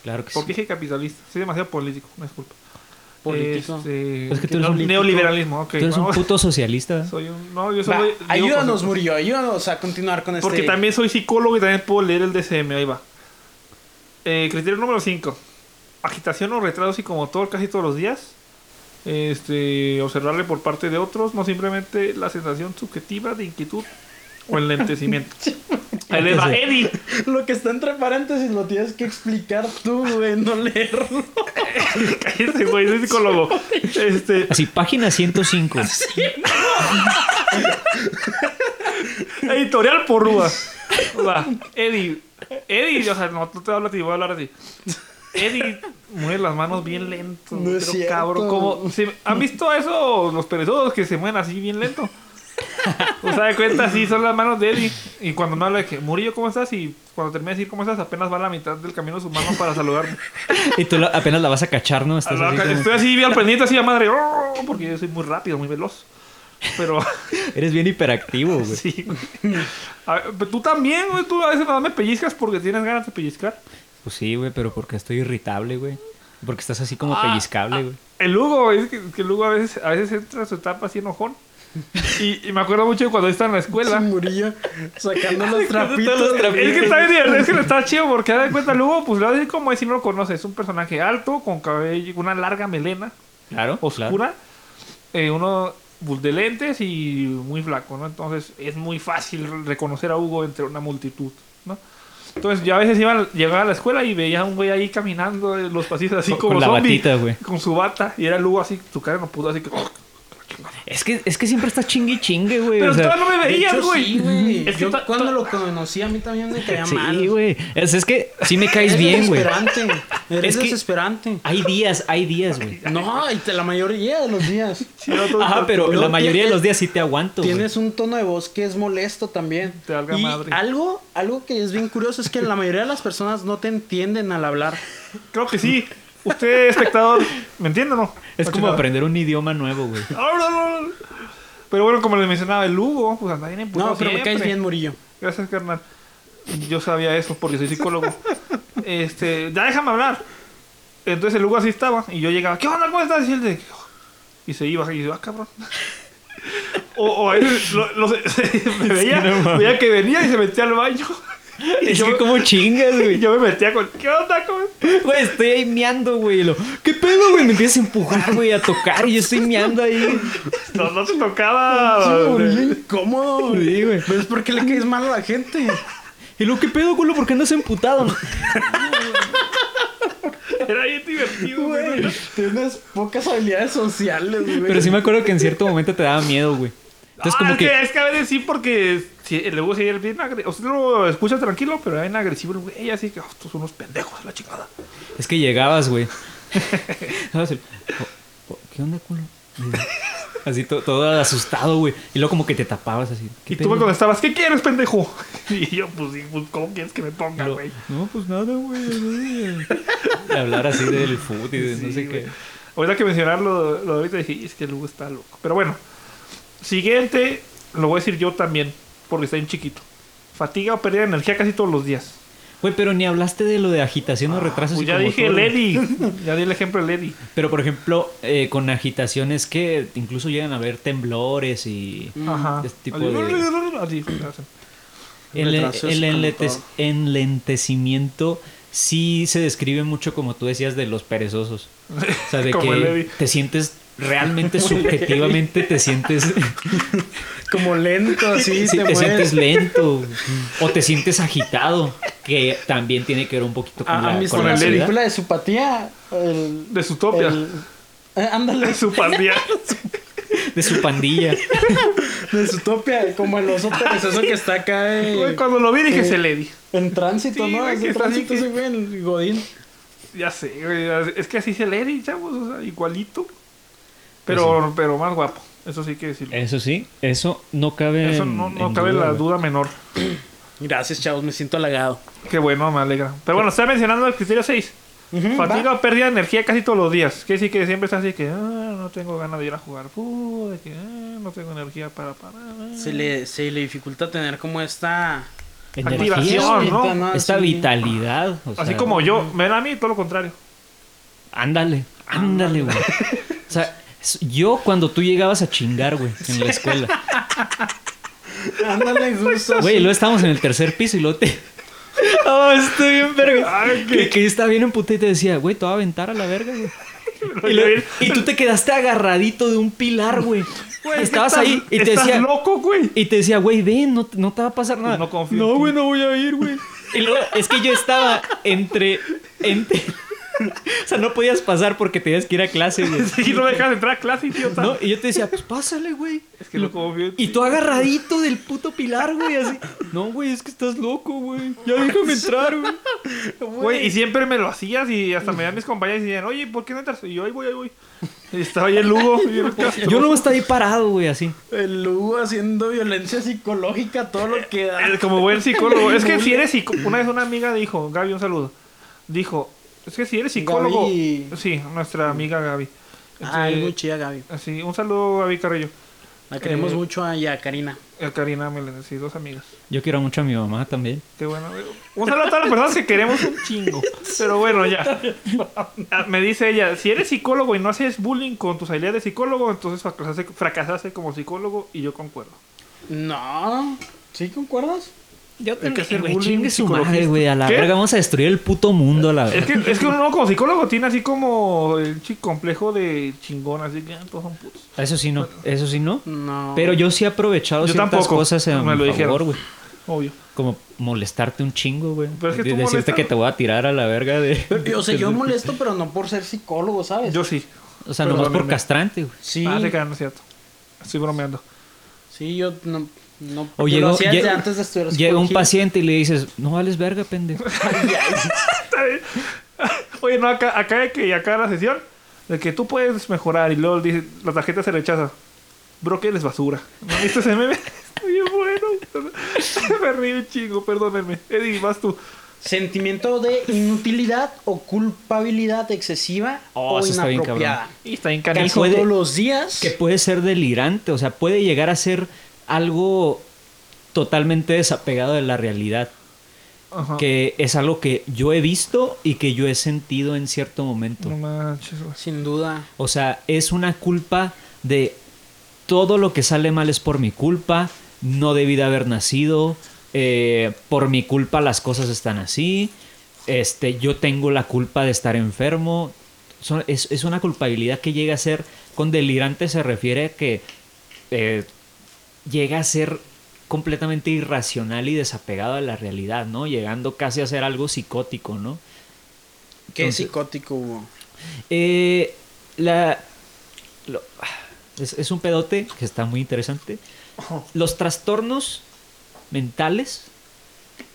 B: Claro que sí.
C: ¿Por qué dije capitalista? Soy demasiado político, me disculpa.
A: Político.
C: Este,
B: Es que tú eres
C: no,
B: un-
C: neoliberalismo, ok.
B: Tú eres un
C: vamos.
B: puto socialista. ¿eh?
C: (laughs) Soy un- no, yo
A: Va,
C: soy...
A: ayúdanos, Murillo, ayúdanos a continuar con este.
C: Porque también soy psicólogo y también puedo leer el DCM, ahí va. Eh, criterio número 5. Agitación o retraso psicomotor casi todos los días. Este, observarle por parte de otros, no simplemente la sensación subjetiva de inquietud o enlentecimiento. Ahí les va, Eddie.
A: Lo que está entre paréntesis lo tienes que explicar tú, güey, no leerlo.
C: Cállate, güey, soy psicólogo. Este,
B: Así, página
C: (laughs)
B: 105.
C: (laughs) editorial porrúa. (laughs) Va, Eddie. Eddie, o sea, no, no te hablo a ti, voy a hablar a ti. Eddie mueve las manos bien lento.
A: No
C: pero
A: es cierto.
C: cabrón, como. ¿se- ¿Han visto eso? Los perezosos que se mueven así bien lento. O sea, de cuenta, sí, son las manos de Eddie. Y cuando me habla de que, Murillo, ¿cómo estás? Y cuando termina de decir cómo estás, apenas va a la mitad del camino su mano para saludarme.
B: y tú la- apenas la vas a cachar, ¿no?
C: A
B: Estás
C: la
B: así
C: ca-
B: como-
C: Estoy así bien al pendiente, así a madre. ¡oh! Porque yo soy muy rápido, muy veloz. Pero.
B: Eres bien hiperactivo, güey.
C: Sí, güey. A ver, pero tú también, güey. Tú a veces nada más me pellizcas porque tienes ganas de pellizcar.
B: Pues sí, güey, pero porque estoy irritable, güey. Porque estás así como
C: Ah,
B: pellizcable, güey.
C: El Lugo, es que, que el Lugo a veces, a veces entra a su etapa así enojón. Y, y me acuerdo mucho de cuando estaba en la escuela.
A: Murillo sacando los trapitos.
C: Es que está bien, es que le está chido porque da de cuenta, Lugo, pues lo va a decir como es si no lo conoces. Es un personaje alto, con cabello, una larga melena
B: Claro. claro.
C: oscura. eh, uno pues, de lentes y muy flaco, ¿no? Entonces es muy fácil reconocer a Hugo entre una multitud, ¿no? Entonces yo a veces iba, llegaba a la escuela y veía a un güey ahí caminando en los pasillos así
B: Con-
C: como
B: con la
C: zombie,
B: batita, güey.
C: Con su bata. Y era el Hugo así, su cara no pudo así que...
B: Es que, es que siempre estás chingue y chingue, güey.
C: Pero
B: o sea,
C: todavía no me
A: De
C: veías,
A: hecho,
C: güey.
A: sí, güey.
C: Es que
A: Yo
C: ta-
A: cuando
C: ta-
A: lo conocí, a mí también me caía mal.
B: Sí, güey. Es, es que sí me caes
A: Eres
B: bien, güey.
A: desesperante. Eres
B: Es
A: (laughs)
B: que-
A: desesperante.
B: Hay días, hay días, güey.
A: No, y te- la mayoría de los días.
C: Sí, era todo-
B: Ajá, pero
A: Luego
B: la mayoría de
A: tienes-
B: los días sí te aguanto, güey.
A: Tienes un tono de voz que es molesto también.
C: Te valga
A: y
C: madre.
A: Algo, algo que es bien curioso es que la mayoría de las personas no te entienden al hablar.
C: Creo que sí. Usted, (laughs) espectador, ¿me entiende o no?
B: Es
C: La
B: como
C: chingada.
B: aprender un idioma nuevo,
A: (laughs)
B: güey.
C: Ah, Pero bueno, como les mencionaba, el Hugo, pues anda bien emputado
A: No, pero me caes
C: siempre.
A: bien, Murillo.
C: Gracias, carnal. Yo sabía eso porque soy psicólogo. Este, ya déjame hablar. Entonces el Hugo así estaba y yo llegaba, ¿qué onda? ¿Cómo estás? Y él de, "Oh". y se iba y yo, ah, cabrón. (laughs) O, o él lo- lo-
B: (laughs)
C: me veía,
B: no mames.
C: veía que venía y se metía
B: (laughs)
C: al baño. Y
B: Es
C: yo,
B: que como chingas,
C: y
B: güey.
C: yo me metía con, ¿qué onda? ¿Cómo estás?".
B: Güey, estoy ahí meando, güey. y lo, ¿Qué pedo, güey? Me empiezas a empujar, güey, a tocar. Y yo estoy meando ahí.
C: No, no te
B: (laughs)
C: tocaba.
A: Murillo incómodo. Ah, güey.
B: Sí, güey.
A: ¿Ves por qué le caes mal a la gente?
B: Y lo, ¿qué pedo, culo? ¿Por qué andas emputado?
C: Era bien divertido, güey.
A: Güey, tienes pocas habilidades sociales, güey.
B: Pero sí me acuerdo que en cierto momento te daba miedo, güey. Entonces,
C: Ah,
B: como
C: es que...
B: que.
C: es que a veces sí, porque si, el Hugo sí es bien agresivo. Usted lo escucha tranquilo, pero era bien agresivo el güey. Así que, "Oh, estos son unos pendejos, la chingada.
B: Es que llegabas,
C: (laughs)
B: güey. Dabas el, "Oh, oh, ¿Qué onda, culo? Así to- todo asustado, güey. Y luego, como que te tapabas así. ¿Qué
C: Y tú me
B: pedo?
C: contestabas, ¿qué quieres, pendejo? (laughs) Y yo, pues, sí, pues, ¿cómo quieres que me
B: Y
C: ponga,
B: lo-
C: güey?
B: No, pues nada, güey. güey". De hablar así del fútbol y de no
C: Sí,
B: sé
C: güey.
B: qué.
C: Ahorita que mencionarlo, lo de ahorita dije, es que el Hugo está loco. Pero bueno, siguiente, lo voy a decir yo también, porque está bien chiquito. Fatiga o pérdida de energía casi todos los días.
B: Güey, pero ni hablaste de lo de agitación o retraso
C: Pues ya
B: psicomotor,
C: dije el
B: güey.
C: Eddie.
B: (laughs)
C: ya di el ejemplo del Eddie.
B: Pero por ejemplo, eh, con agitaciones que incluso llegan a haber temblores y
C: Ajá.
B: este tipo
C: Así,
B: de-
C: (laughs) así, así.
B: el, e-,
A: Retraso
B: el enlentes-
A: psicomotor.
B: enlentecimiento sí se describe mucho como tú decías de los perezosos. O sea, de
C: (laughs) Como el Eddie.
B: que te sientes realmente subjetivamente te sientes
A: Como lento,
B: (laughs)
A: así, te,
B: sí, te
A: mueves.
B: sientes lento o te sientes agitado, que también tiene que ver un poquito con
A: ¿Ha-
B: la,
A: ¿Han visto
B: con la
A: la
B: ansiedad.
A: película de Supatía? El,
C: De su topia.
A: el- eh, ándale,
C: De su
B: (laughs)
C: pandilla.
B: de su pandilla.
A: de Zootopia, como el oso perezoso que está acá eh,
C: Güey, Cuando lo vi dije,
A: eh,
C: es el Eddie.
A: en tránsito,
C: Sí,
A: ¿no?
C: güey,
A: Es
C: que
A: de
C: está así
A: tránsito
C: que-
A: ese güey, el Godín.
C: Ya sé, güey. Es que así se lee, Eric, chavos. O sea, igualito. Pero, pero más guapo. Eso sí que decirlo.
B: Eso sí, eso no cabe.
C: Eso
B: en-
C: no, no
B: en
C: cabe la
B: güey.
C: duda menor.
A: Gracias, chavos, me siento halagado.
C: Qué bueno, me alegra. Pero bueno, está mencionando el criterio 6. Fatiga o pérdida de energía casi todos los días. Que sí que siempre está así que ah, no tengo ganas de ir a jugar fútbol, de que ah, no tengo energía para parar.
A: Se le, se le dificulta tener como esta...
B: Energía,
C: Activación,
B: güey.
C: ¿no?
B: Esta
A: Sí.
B: vitalidad. o
C: Así
B: sea,
C: como yo, me da a mí todo lo contrario.
B: Ándale, ándale, güey. O sea, es- yo cuando tú llegabas a chingar, güey, en la escuela.
A: Ándale, justo.
B: Güey, luego estábamos en el tercer piso y luego (laughs) te. Oh, estoy bien, verga.
C: Ay,
B: Que,
C: qué-
B: que yo estaba bien en puta y te decía, güey, te voy a aventar a la verga,
C: (laughs)
B: güey. Y, (laughs) luego- y tú te quedaste agarradito de un pilar, güey.
C: Güey,
B: Estabas
C: estás-
B: ahí y te
C: estás
B: decía.
C: loco, güey. (laughs)
B: Y te decía, güey, ven, no, te- no te va a pasar nada.
C: Pues No confío. No, güey, no voy a ir, güey.
B: Y luego, es que yo estaba entre. entre... O sea, no podías pasar porque tenías que ir a clase,
C: (laughs)
B: güey. (laughs)
C: Y no me dejas entrar a clase, idiota.
B: No, y yo te decía, pues pásale, güey.
C: Es que no confío. en
B: Y
C: ti.
B: tú agarradito del puto pilar, güey, así. No, güey, es que estás loco, güey. Ya déjame entrar, güey.
C: Güey, y siempre me lo hacías y hasta me dan mis compañeros y decían, oye, ¿por qué no entras? Y yo, ahí voy, ahí voy. Y estaba ahí el (laughs) Lugo. y el Castro.
B: Yo no estaba ahí parado, güey, así.
A: El Hugo haciendo violencia psicológica, todo lo que da.
C: El- como buen psicólogo. Es que si eres psicólogo. Una vez una amiga dijo, Gaby, un saludo. Dijo, es que si eres psicólogo.
A: Gaby.
C: Sí, nuestra amiga Gaby.
A: Ah, es
C: Este,
A: muy chida, Gaby.
C: así, un saludo a Gaby Carrillo.
A: La queremos
C: Eh,
A: mucho a, y a Karina.
C: A Karina Meléndez, sí, dos amigas.
B: Yo quiero mucho a mi mamá también.
C: Qué bueno. Un saludo a todas las personas que queremos un chingo. Pero bueno, ya. Ah, Me dice ella, si eres psicólogo y no haces bullying con tus habilidades de psicólogo, entonces fracasaste, fracasaste como psicólogo y yo concuerdo.
A: No. ¿Sí concuerdas?
B: Yo
C: que hacer
B: güey,
C: bullying
B: chingue su madre,
C: psicologista.
B: güey. A la
C: ¿Qué?
B: verga, vamos a destruir el puto mundo, a la
C: Es
B: verga.
C: que, es que uno como psicólogo tiene así como el chi- complejo de chingón, así que ah, todos son putos.
B: Eso sí no, eso sí no.
A: No.
B: Pero yo sí he aprovechado
C: Yo
B: ciertas
C: tampoco.
B: cosas a
C: Me lo
B: mi favor,
C: dijeron.
B: güey.
C: Obvio.
B: Como molestarte un chingo, güey.
C: Pero es que
B: De-
C: tú
B: decirte
C: molestas-
B: que te voy a tirar a la verga de...
A: Pero, o sea, yo molesto, pero no por ser psicólogo, ¿sabes?
C: Yo sí.
B: O sea, nomás por
C: Perdónenme.
B: castrante, güey.
A: Sí.
C: Ah, se quedan, es cierto. Estoy bromeando.
A: Sí, yo no. no
B: O
A: lo
B: llega,
A: hacía
B: lle-
A: desde antes de estudiar
B: llega un
A: psicología.
B: paciente y le dices, no vales verga,
C: (laughs)
B: pendejo.
C: Oye, no, acá, acá de que acá la sesión, de que tú puedes mejorar y luego dice, la tarjeta se rechaza. Bro, que eres basura. ¿No viste ese meme? (laughs) Está bien bueno. (laughs) Me río un chingo, perdónenme. Eddie, vas tú.
A: Sentimiento de inutilidad o culpabilidad excesiva
B: Oh,
A: o
B: eso está bien
A: inapropiada.
C: Y está bien
A: Canijo,
B: Puede-
A: todos los días.
B: que puede ser delirante, o sea, puede llegar a ser algo totalmente desapegado de la realidad,
C: Ajá.
B: que es algo que yo he visto y que yo he sentido en cierto momento.
C: No manches, güey.
A: Sin duda.
B: O sea, es una culpa de todo lo que sale mal es por mi culpa, no debí de haber nacido, eh, por mi culpa las cosas están así, este, yo tengo la culpa de estar enfermo. Son- es, es una culpabilidad que llega a ser, con delirante se refiere a que eh, llega a ser completamente irracional y desapegado a la realidad, ¿no? Llegando casi a ser algo psicótico, ¿no?
A: Qué
B: Entonces-
A: psicótico, Hugo.
B: Eh, la, lo- ah, es, es un pedote que está muy interesante. Los trastornos mentales,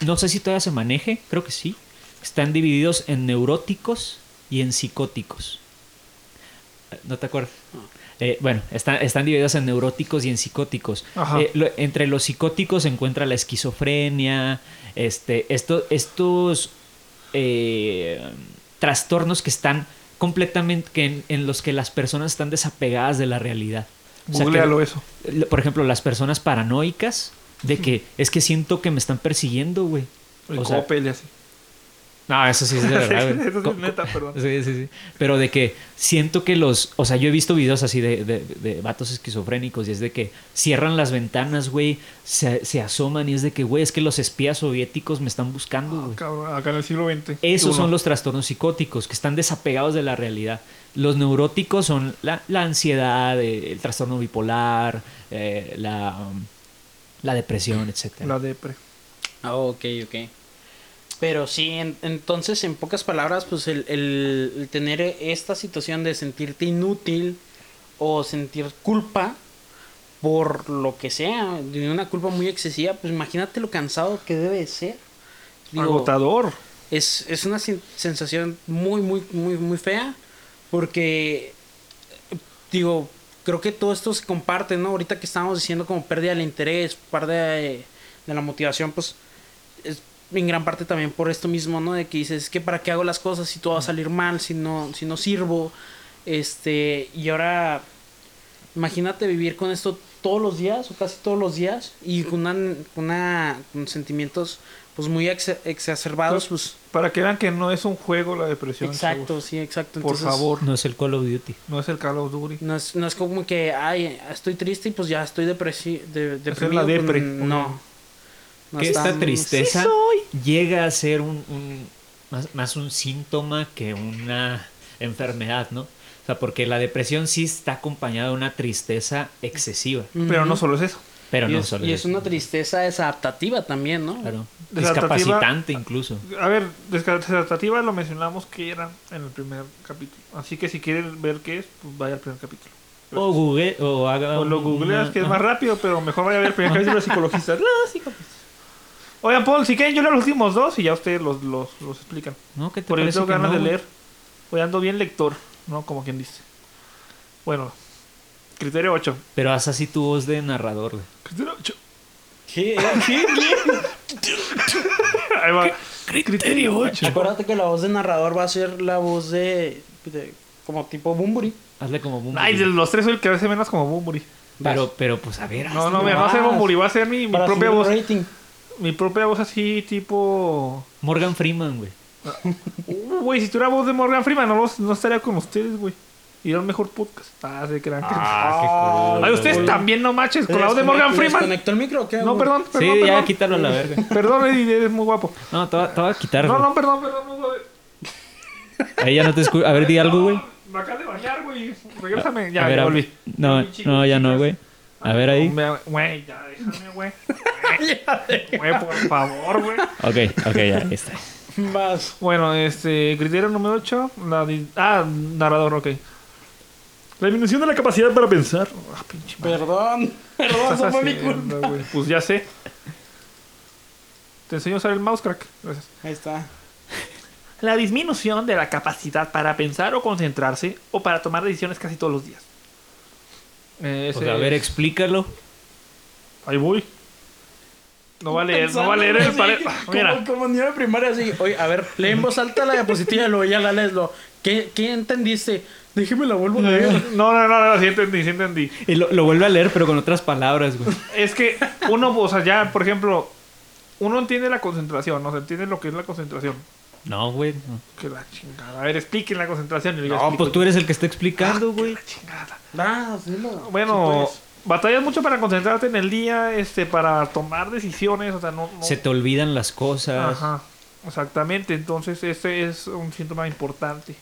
B: no sé si todavía se maneje, creo que sí, están divididos en neuróticos y en psicóticos. Eh, ¿No te acuerdas?
C: Ah.
B: Eh, bueno, está- están divididos en neuróticos y en psicóticos.
C: Ajá.
B: Eh, lo- entre los psicóticos se encuentra la esquizofrenia, este, esto- estos eh, trastornos que están completamente, que en, en los que las personas están desapegadas de la realidad. O sea, que-
C: Googlealo eso.
B: lo- por ejemplo, las personas paranoicas, de que es que siento que me están persiguiendo, güey.
C: El
B: O sea,
C: Coppel y
B: (laughs)
C: así.
B: no, eso
C: (laughs)
B: sí es de verdad, güey.
C: Eso sí
B: Co-
C: es neta, perdón.
B: Sí, sí, sí. Pero de que siento que los. O sea, yo he visto videos así de, de, de vatos esquizofrénicos y es de que cierran las ventanas, güey, se, se asoman y es de que, güey, es que los espías soviéticos me están buscando,
C: Ah,
B: güey.
C: cabrón, acá en el siglo XX.
B: Esos
C: Uno.
B: son los trastornos psicóticos que están desapegados de la realidad. Los neuróticos son la, la ansiedad, eh, el trastorno bipolar, eh, la, um, la depresión, etcétera.
C: La depre.
A: Ah, ok, ok. Pero sí, en- entonces, en pocas palabras, pues el, el- el tener esta situación de sentirte inútil o sentir culpa por lo que sea, de una culpa muy excesiva, pues imagínate lo cansado que debe de ser. Digo,
C: Agotador.
A: Es, es una sen- sensación muy, muy, muy, muy fea. Porque, digo, creo que todo esto se comparte, ¿no? Ahorita que estábamos diciendo como pérdida del interés, pérdida de, de la motivación, pues es en gran parte también por esto mismo, ¿no? De que dices, es que para qué hago las cosas si todo va a salir mal, si no, si no sirvo. Este, y ahora, imagínate vivir con esto todos los días o casi todos los días y con, una, con una- con sentimientos pues muy ex- exacerbados, pues.
C: Para que vean que no es un juego la depresión.
A: Exacto,
C: chavos.
A: sí, exacto.
C: Por
A: Entonces,
C: favor,
B: No es el Call of Duty.
C: no es el Call of Duty.
A: No es, no es como que, ay, estoy triste y pues ya estoy depresi de, deprimido.
C: la depre.
A: pues, No. No
B: que
A: está-
B: esta tristeza llega a ser un, un- más, más un síntoma que una enfermedad, ¿no? O sea, porque la depresión sí está acompañada de una tristeza excesiva,
A: Ujú.
C: Pero no solo es eso.
B: pero
A: y
B: no
A: es,
B: solo
A: y es
B: eso.
A: una tristeza desadaptativa también, ¿no?
B: Claro.
C: Desadaptativa-
B: Discapacitante incluso.
C: A ver, descartativa lo mencionamos que era en el primer capítulo. Así que si quieren ver qué es, pues vaya al primer capítulo.
B: O Google, o haga
C: O lo
B: un-
C: googleas, que es
B: una-
C: más rápido, pero mejor vaya a ver el primer capítulo de psicologista. No, psicologista. Oigan, Paul, si quieren, yo leo los últimos dos y ya ustedes los, los, los explican.
B: No, ¿qué te
C: Por eso
B: parece
C: tengo
B: que
C: ganas
B: no,
C: de
B: güey?
C: leer. Hoy ando bien lector, ¿no? Como quien dice. Bueno, criterio 8.
B: Pero haz así tu voz de narrador, güey.
C: Criterio 8.
A: (laughs) ¿Qué?
C: (laughs) Ahí va. Criterio 8.
A: Acuérdate que la voz de narrador va a ser la voz de, de- como tipo Bumburi.
B: Hazle como Bumblebee.
C: Ay, de los tres soy el que hace menos como Bumburi.
B: Pero, pero pues a ver,
C: No,
B: hazlo.
C: no, mira, no va a ser Bumburi, va a ser mi, mi
A: Para
C: propia
A: subir
C: voz.
A: el rating.
C: Mi propia voz así, tipo...
B: Morgan Freeman, güey.
C: Uh, Güey, si tuviera voz de Morgan Freeman, no, los- no estaría con ustedes, güey. Y era el mejor podcast. Ah, se crean que...
B: Ah,
C: Ay, ustedes también no maches (laughs) con la voz de Morgan Freeman.
A: ¿Desconectó el micro o qué?
C: No,
A: güey?
C: perdón,
B: Sí,
C: perdón,
B: ya
C: perdón.
B: quítalo a la verga.
C: Perdón, Eddie, eres muy guapo.
B: No, te va te va a quitar,
C: No,
B: güey.
C: no, perdón, perdón. no, güey.
B: Ahí ya no te escucho. A ver, di algo, güey.
C: Me acabas de bañar, güey. Regrésame. Ya,
B: a ver,
C: ya
B: a-
C: volví.
B: No, no, ya no, güey. A ver ahí.
C: Hombre, Güey, ya déjame,
B: (laughs)
C: güey. Güey, por favor, güey.
B: Ok, ok, ya ahí
C: (laughs)
B: está.
A: Vas.
C: Bueno, este, criterio número 8. ah, narrador, ok. La disminución de la capacidad para pensar. Ah, pinche madre.
A: Perdón. Perdón,
C: estás
A: no fue mi culpa.
C: haciendo, güey? Pues ya sé. Te enseño a usar el mouse, crack. Gracias.
A: Ahí está.
C: La disminución de la capacidad para pensar o concentrarse o para tomar decisiones casi todos los días. Eh,
B: O
C: ese-
B: sea, a ver, explícalo.
C: Ahí voy. No va a leer, no va a leer el
A: Pensando
C: pared.
A: así, como-
C: (laughs) Mira,
A: Como niño de primaria, así. Oye, a ver, lee en voz alta la diapositiva y luego ya la lees. Lo. ¿Qué, ¿Qué entendiste? Déjeme la vuelvo a leer.
C: no, no, no, no, sí entendí, sí entendí.
B: Y lo, lo vuelve a leer, pero con otras palabras, güey.
C: Es que uno, o sea, ya, por ejemplo, uno entiende la concentración, no se entiende lo que es la concentración.
B: No, güey. No,
C: Que la chingada. A ver, expliquen la concentración. y yo
B: No,
C: explico.
B: pues tú eres el que está explicando, güey.
C: La chingada.
A: Ah, sí, lo-
C: Bueno,
A: sí, pues.
C: batallas mucho para concentrarte en el día, este, para tomar decisiones, o sea, no... no-
B: Se te olvidan las cosas.
C: Ajá, exactamente. Entonces, este es un síntoma importante.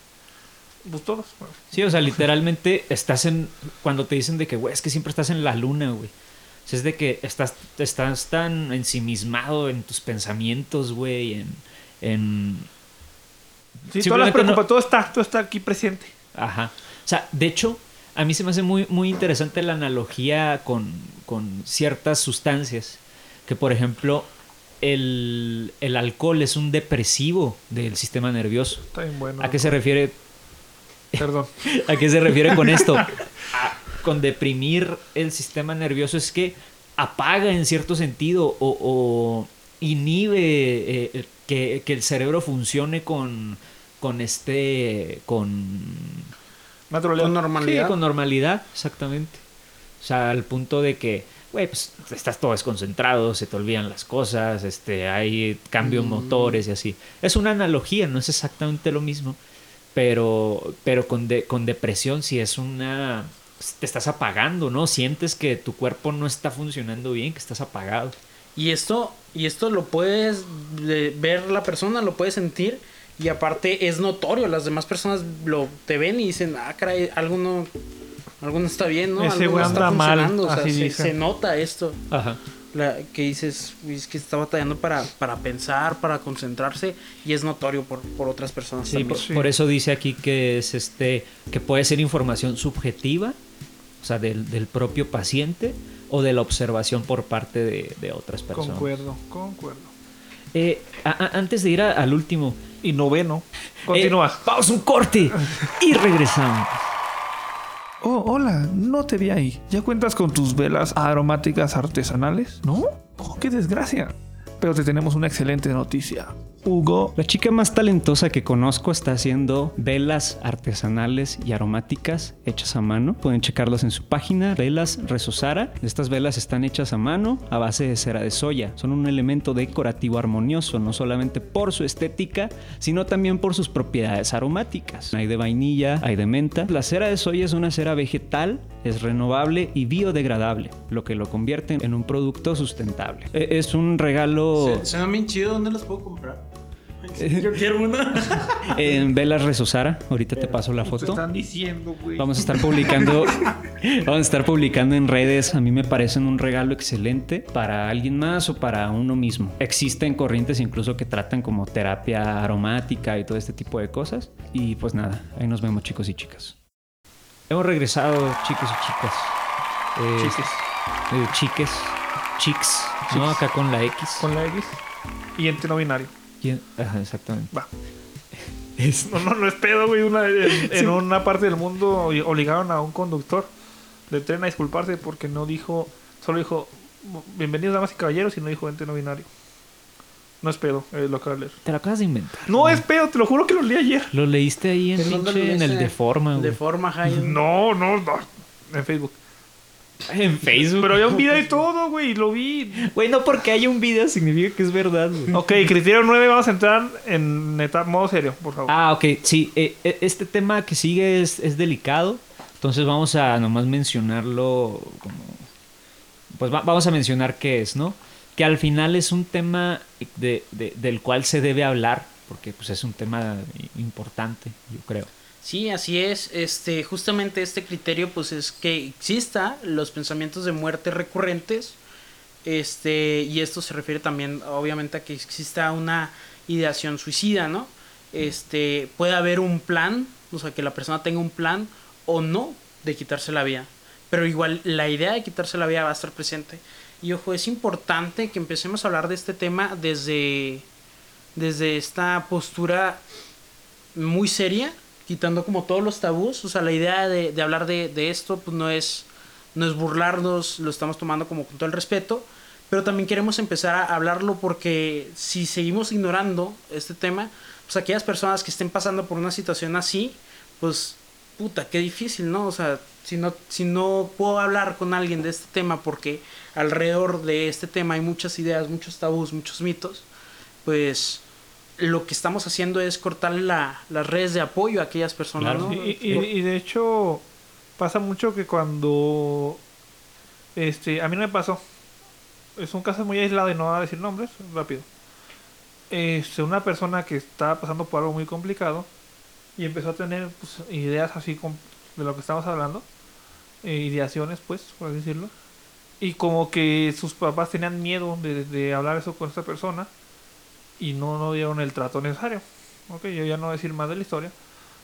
C: Pues todos. bueno.
B: Sí, o sea, literalmente estás en. Cuando te dicen de que, güey, es que siempre estás en la luna, güey. O sea, es de que estás, estás tan ensimismado en tus pensamientos, güey. En, en.
C: Sí, todas las
B: Simplemente no-
C: preocupa, todo está, todo está aquí presente.
B: Ajá. O sea, de hecho, a mí se me hace muy, muy interesante la analogía con, con ciertas sustancias. Que, por ejemplo, el, el alcohol es un depresivo del sistema nervioso.
C: Está bien bueno.
B: ¿A qué se refiere
C: Perdón.
B: ¿A qué se refiere con esto? (laughs) A- con deprimir el sistema nervioso es que apaga en cierto sentido o, o inhibe eh, que, que el cerebro funcione con, con este. con.
C: Naturalidad.
A: Con normalidad.
B: sí, (laughs) con normalidad, exactamente. O sea, al punto de que, güey, pues estás todo desconcentrado, se te olvidan las cosas, este, hay cambio en motores y así. Es una analogía, no es exactamente lo mismo, pero, pero con, de- con depresión sí es una... pues, Te estás apagando, ¿no? Sientes que tu cuerpo no está funcionando bien, que estás apagado.
A: Y esto, y esto lo puedes de- ver la persona, lo puedes sentir. Y aparte es notorio, las demás personas lo te ven y dicen, ah, caray, algo no, algo no está bien, ¿no?
C: Ese
A: Algo
C: güey
A: no está
C: anda mal",
A: funcionando", o sea,
C: así
A: se,
C: dicen.
A: se nota esto.
B: Ajá.
A: la- que dices, "Uy, es que está batallando para, para pensar, para concentrarse, y es notorio por, por otras personas
B: Sí,
A: también.
B: por,
C: Sí.
B: por eso dice aquí que es este que puede ser información subjetiva, o sea, del, del propio paciente o de la observación por parte de, de otras personas.
C: Concuerdo, concuerdo.
B: Eh, a- a- antes de ir a- al último,
C: Y noveno. Continúa.
B: eh, vamos a un corte y regresamos.
C: Oh, hola, no te vi ahí. ¿Ya cuentas con tus velas aromáticas artesanales? ¿No? Oh, ¡Qué desgracia! Pero te tenemos una excelente noticia. Hugo
D: La chica más talentosa que conozco está haciendo velas artesanales y aromáticas hechas a mano. Pueden checarlas en su página, Velas Resosara. Estas velas están hechas a mano a base de cera de soya. Son un elemento decorativo armonioso, no solamente por su estética, sino también por sus propiedades aromáticas. Hay de vainilla, hay de menta. La cera de soya es una cera vegetal, es renovable y biodegradable, lo que lo convierte en un producto sustentable. E- Es un regalo...
E: Se, suena bien chido, ¿dónde las puedo comprar? (laughs) Yo quiero una.
D: (laughs) En Velas Resosara, ahorita te paso la
C: Te
D: foto.
C: están diciendo, güey.
D: Vamos a estar
E: (laughs)
D: publicando. vamos a estar publicando en redes. A mí me parecen un regalo excelente para alguien más o para uno mismo. Existen corrientes incluso que tratan como terapia aromática y todo este tipo de cosas. Y pues nada, ahí nos vemos, chicos y chicas. Hemos regresado, chicos y chicas. Eh,
C: Chiques.
D: eh, chiques. Chics. No, acá con la X.
C: Con la X. Y ente no binario.
D: ¿Quién? Ajá, exactamente.
C: Va.
D: Es-
C: No, no, no es pedo, güey. Una, en, en una parte del mundo obligaron a un conductor de tren a disculparse porque no dijo, solo dijo, bienvenidos damas y caballeros y no dijo ente no binario. No es pedo, eh, lo acabo de leer.
B: Te lo acabas de inventar.
C: No es pedo, te lo juro que lo leí ayer.
B: Lo leíste ahí en,
C: Pues
A: ¿En dónde lo
B: pinche- en el
A: leíste?
B: Deforma, güey.
A: De forma, Jai.
C: (laughs) No, no, no. En Facebook.
B: En Facebook.
C: (laughs) Pero había un video y todo, güey, y lo vi.
B: (laughs) Güey, no porque haya un video significa que es verdad, güey.
C: Ok, criterio 9, vamos a entrar en etapa, modo serio, por favor.
B: Ah, ok. Sí, eh, eh, este tema que sigue es, es delicado. Entonces vamos a nomás mencionarlo como... Pues va- vamos a mencionar qué es, ¿no? Que al final es un tema de- de- del cual se debe hablar, porque pues es un tema importante, yo creo.
A: Sí, así es. Este, justamente este criterio, pues, es que exista los pensamientos de muerte recurrentes. Este, y esto se refiere también, obviamente, a que exista una ideación suicida, ¿no? Este, puede haber un plan, o sea, que la persona tenga un plan o no de quitarse la vida. Pero igual la idea de quitarse la vida va a estar presente. Y ojo, es importante que empecemos a hablar de este tema desde, desde esta postura muy seria, quitando como todos los tabús. O sea, la idea de, de hablar de, de esto, pues no es, no es burlarnos, lo estamos tomando como con todo el respeto. Pero también queremos empezar a hablarlo porque si seguimos ignorando este tema, pues aquellas personas que estén pasando por una situación así, pues puta, qué difícil, ¿no? O sea, si no, si no puedo hablar con alguien de este tema porque alrededor de este tema hay muchas ideas, muchos tabús, muchos mitos, pues lo que estamos haciendo es cortar la, las redes de apoyo a aquellas personas,
B: Claro.
A: ¿no?
C: Y, y- y de hecho, pasa mucho que cuando. Este, a mí no me pasó. Es un caso muy aislado y no voy a decir nombres, rápido. Este, una persona que estaba pasando por algo muy complicado y empezó a tener pues, ideas así com- de lo que estamos hablando, eh, ideaciones, pues, por así decirlo. Y como que sus papás tenían miedo de, de hablar eso con esta persona y no, no dieron el trato necesario. Ok, yo ya no voy a decir más de la historia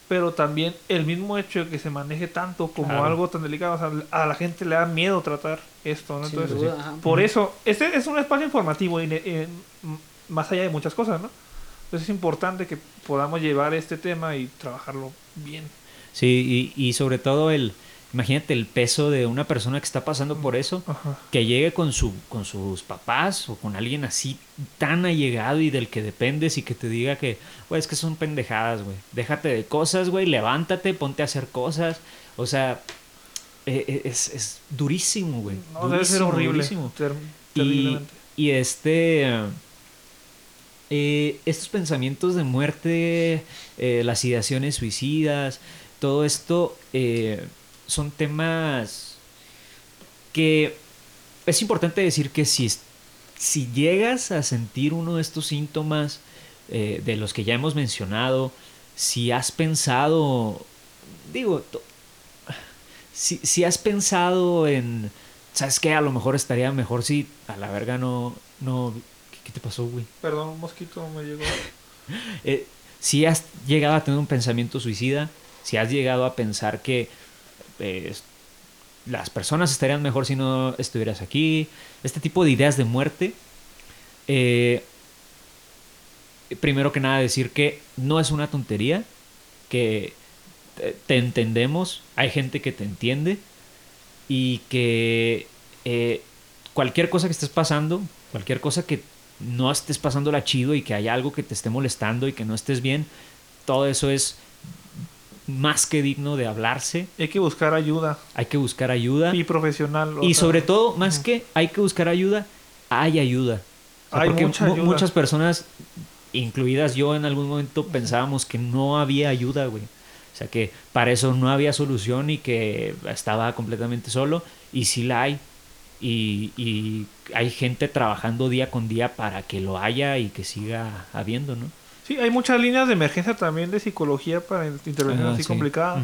C: pero también el mismo hecho de que se maneje tanto como
B: Claro.
C: algo tan delicado, o sea, a la gente le da miedo tratar esto, ¿no?
A: Sin
C: Entonces,
A: duda, ajá.
C: por eso, este es un espacio informativo y, le- en- m- más allá de muchas cosas, ¿no? Entonces es importante que podamos llevar este tema y trabajarlo bien.
B: Sí, y, y sobre todo el, imagínate el peso de una persona que está pasando por eso,
C: Ajá.
B: que llegue con, su, con sus papás o con alguien así tan allegado y del que dependes y que te diga que, güey, es que son pendejadas, güey, déjate de cosas, güey, levántate, ponte a hacer cosas, o sea, eh, eh, es, es durísimo, güey.
C: No, debe ser
B: durísimo,
C: horrible.
B: durísimo.
C: ter-
B: Y,
C: terriblemente.
B: y este. eh, estos pensamientos de muerte, eh, las ideaciones suicidas, todo esto eh, son temas que es importante decir que si, es- si llegas a sentir uno de estos síntomas eh, de los que ya hemos mencionado, si has pensado, digo, to- si, si has pensado en, ¿sabes qué? A lo mejor estaría mejor si a la verga no... no ¿qué, qué te pasó, güey?
C: Perdón, un mosquito me llegó.
B: Eh, si has llegado a tener un pensamiento suicida, si has llegado a pensar que eh, es- las personas estarían mejor si no estuvieras aquí, este tipo de ideas de muerte, eh, primero que nada decir que no es una tontería, que te- te entendemos, hay gente que te entiende y que eh, cualquier cosa que estés pasando, cualquier cosa que no estés pasándola chido y que haya algo que te esté molestando y que no estés bien, todo eso es más que digno de hablarse.
C: Hay que buscar ayuda
B: Hay que buscar ayuda.
C: y profesional. o
B: Y
C: sea,
B: sobre todo, más que hay que buscar ayuda, hay ayuda. O sea,
C: Hay
B: porque
C: mucha
B: mu-
C: ayuda.
B: muchas personas, incluidas yo en algún momento, pensábamos que no había ayuda, güey. O sea, que para eso no había solución y que estaba completamente solo. Y sí la hay. Y, y hay gente trabajando día con día para que lo haya y que siga habiendo, ¿no?
C: Sí, hay muchas líneas de emergencia también de psicología para in- intervención
B: Ah,
C: así
B: sí.
C: complicada.
B: Ujú.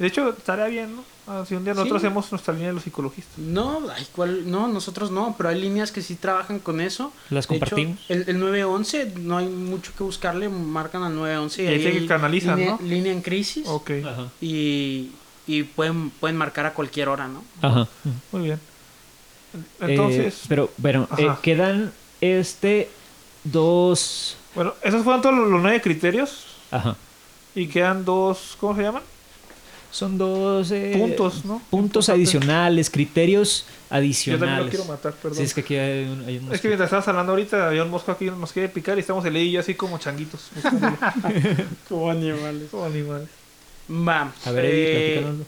C: De hecho, estaría bien, ¿no? Ah, Si un día nosotros
A: Sí.
C: hacemos nuestra línea de los psicologistas.
A: No, ay, ¿cuál? no, nosotros no, pero hay líneas que sí trabajan con eso.
B: Las
A: De hecho,
B: compartimos.
A: el, el 911, no hay mucho que buscarle, marcan al 911
C: Y ahí te
A: hay
C: canalizan,
A: línea,
C: ¿no?
A: línea en crisis
C: Ok,
A: y, y pueden, pueden marcar a cualquier hora, ¿no?
B: Ajá.
C: muy bien.
B: Entonces.
C: Entonces,
B: pero, bueno, eh,
C: Ajá.
B: quedan este dos.
C: bueno, esos fueron todos los los nueve criterios
B: Ajá.
C: y quedan dos, ¿cómo se llaman?
B: Son dos eh,
C: Puntos, ¿no?
B: puntos
C: Importantes.
B: adicionales, criterios
C: Yo
B: adicionales.
C: también lo quiero matar, perdón.
B: Sí, es que aquí hay, un- hay unos-
C: Es que mientras estabas hablando ahorita había un mosco aquí nos quiere picar y estamos el y yo así como changuitos. buscándolo.
A: Como animales.
C: como animales.
A: Va.
B: A ver,
A: eh,
B: Eddie, platícanos.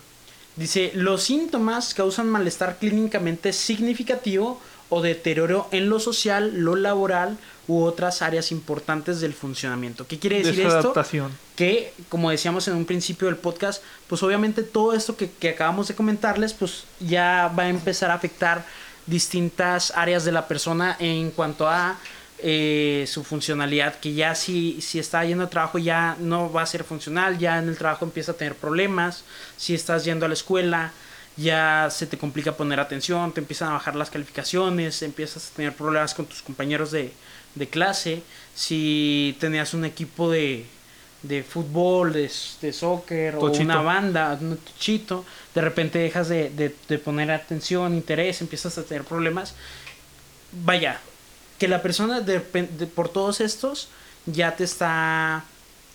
A: Dice, los síntomas causan malestar clínicamente significativo o deterioro en lo social, lo laboral u otras áreas importantes del funcionamiento. ¿Qué quiere decir esto?
C: Desadaptación.
A: Que, como decíamos en un principio del podcast, pues obviamente todo esto que, que acabamos de comentarles, pues ya va a empezar a afectar distintas áreas de la persona en cuanto a eh, su funcionalidad, que ya si, si está yendo al trabajo ya no va a ser funcional, ya en el trabajo empieza a tener problemas, si estás yendo a la escuela ya se te complica poner atención, te empiezan a bajar las calificaciones, empiezas a tener problemas con tus compañeros de, de clase, si tenías un equipo de, de fútbol, de, s- de soccer o
C: Tochito.
A: una banda, un tochito, de repente dejas de, de- de poner atención, interés, empiezas a tener problemas. Vaya, que la persona de repen- de- por todos estos ya te está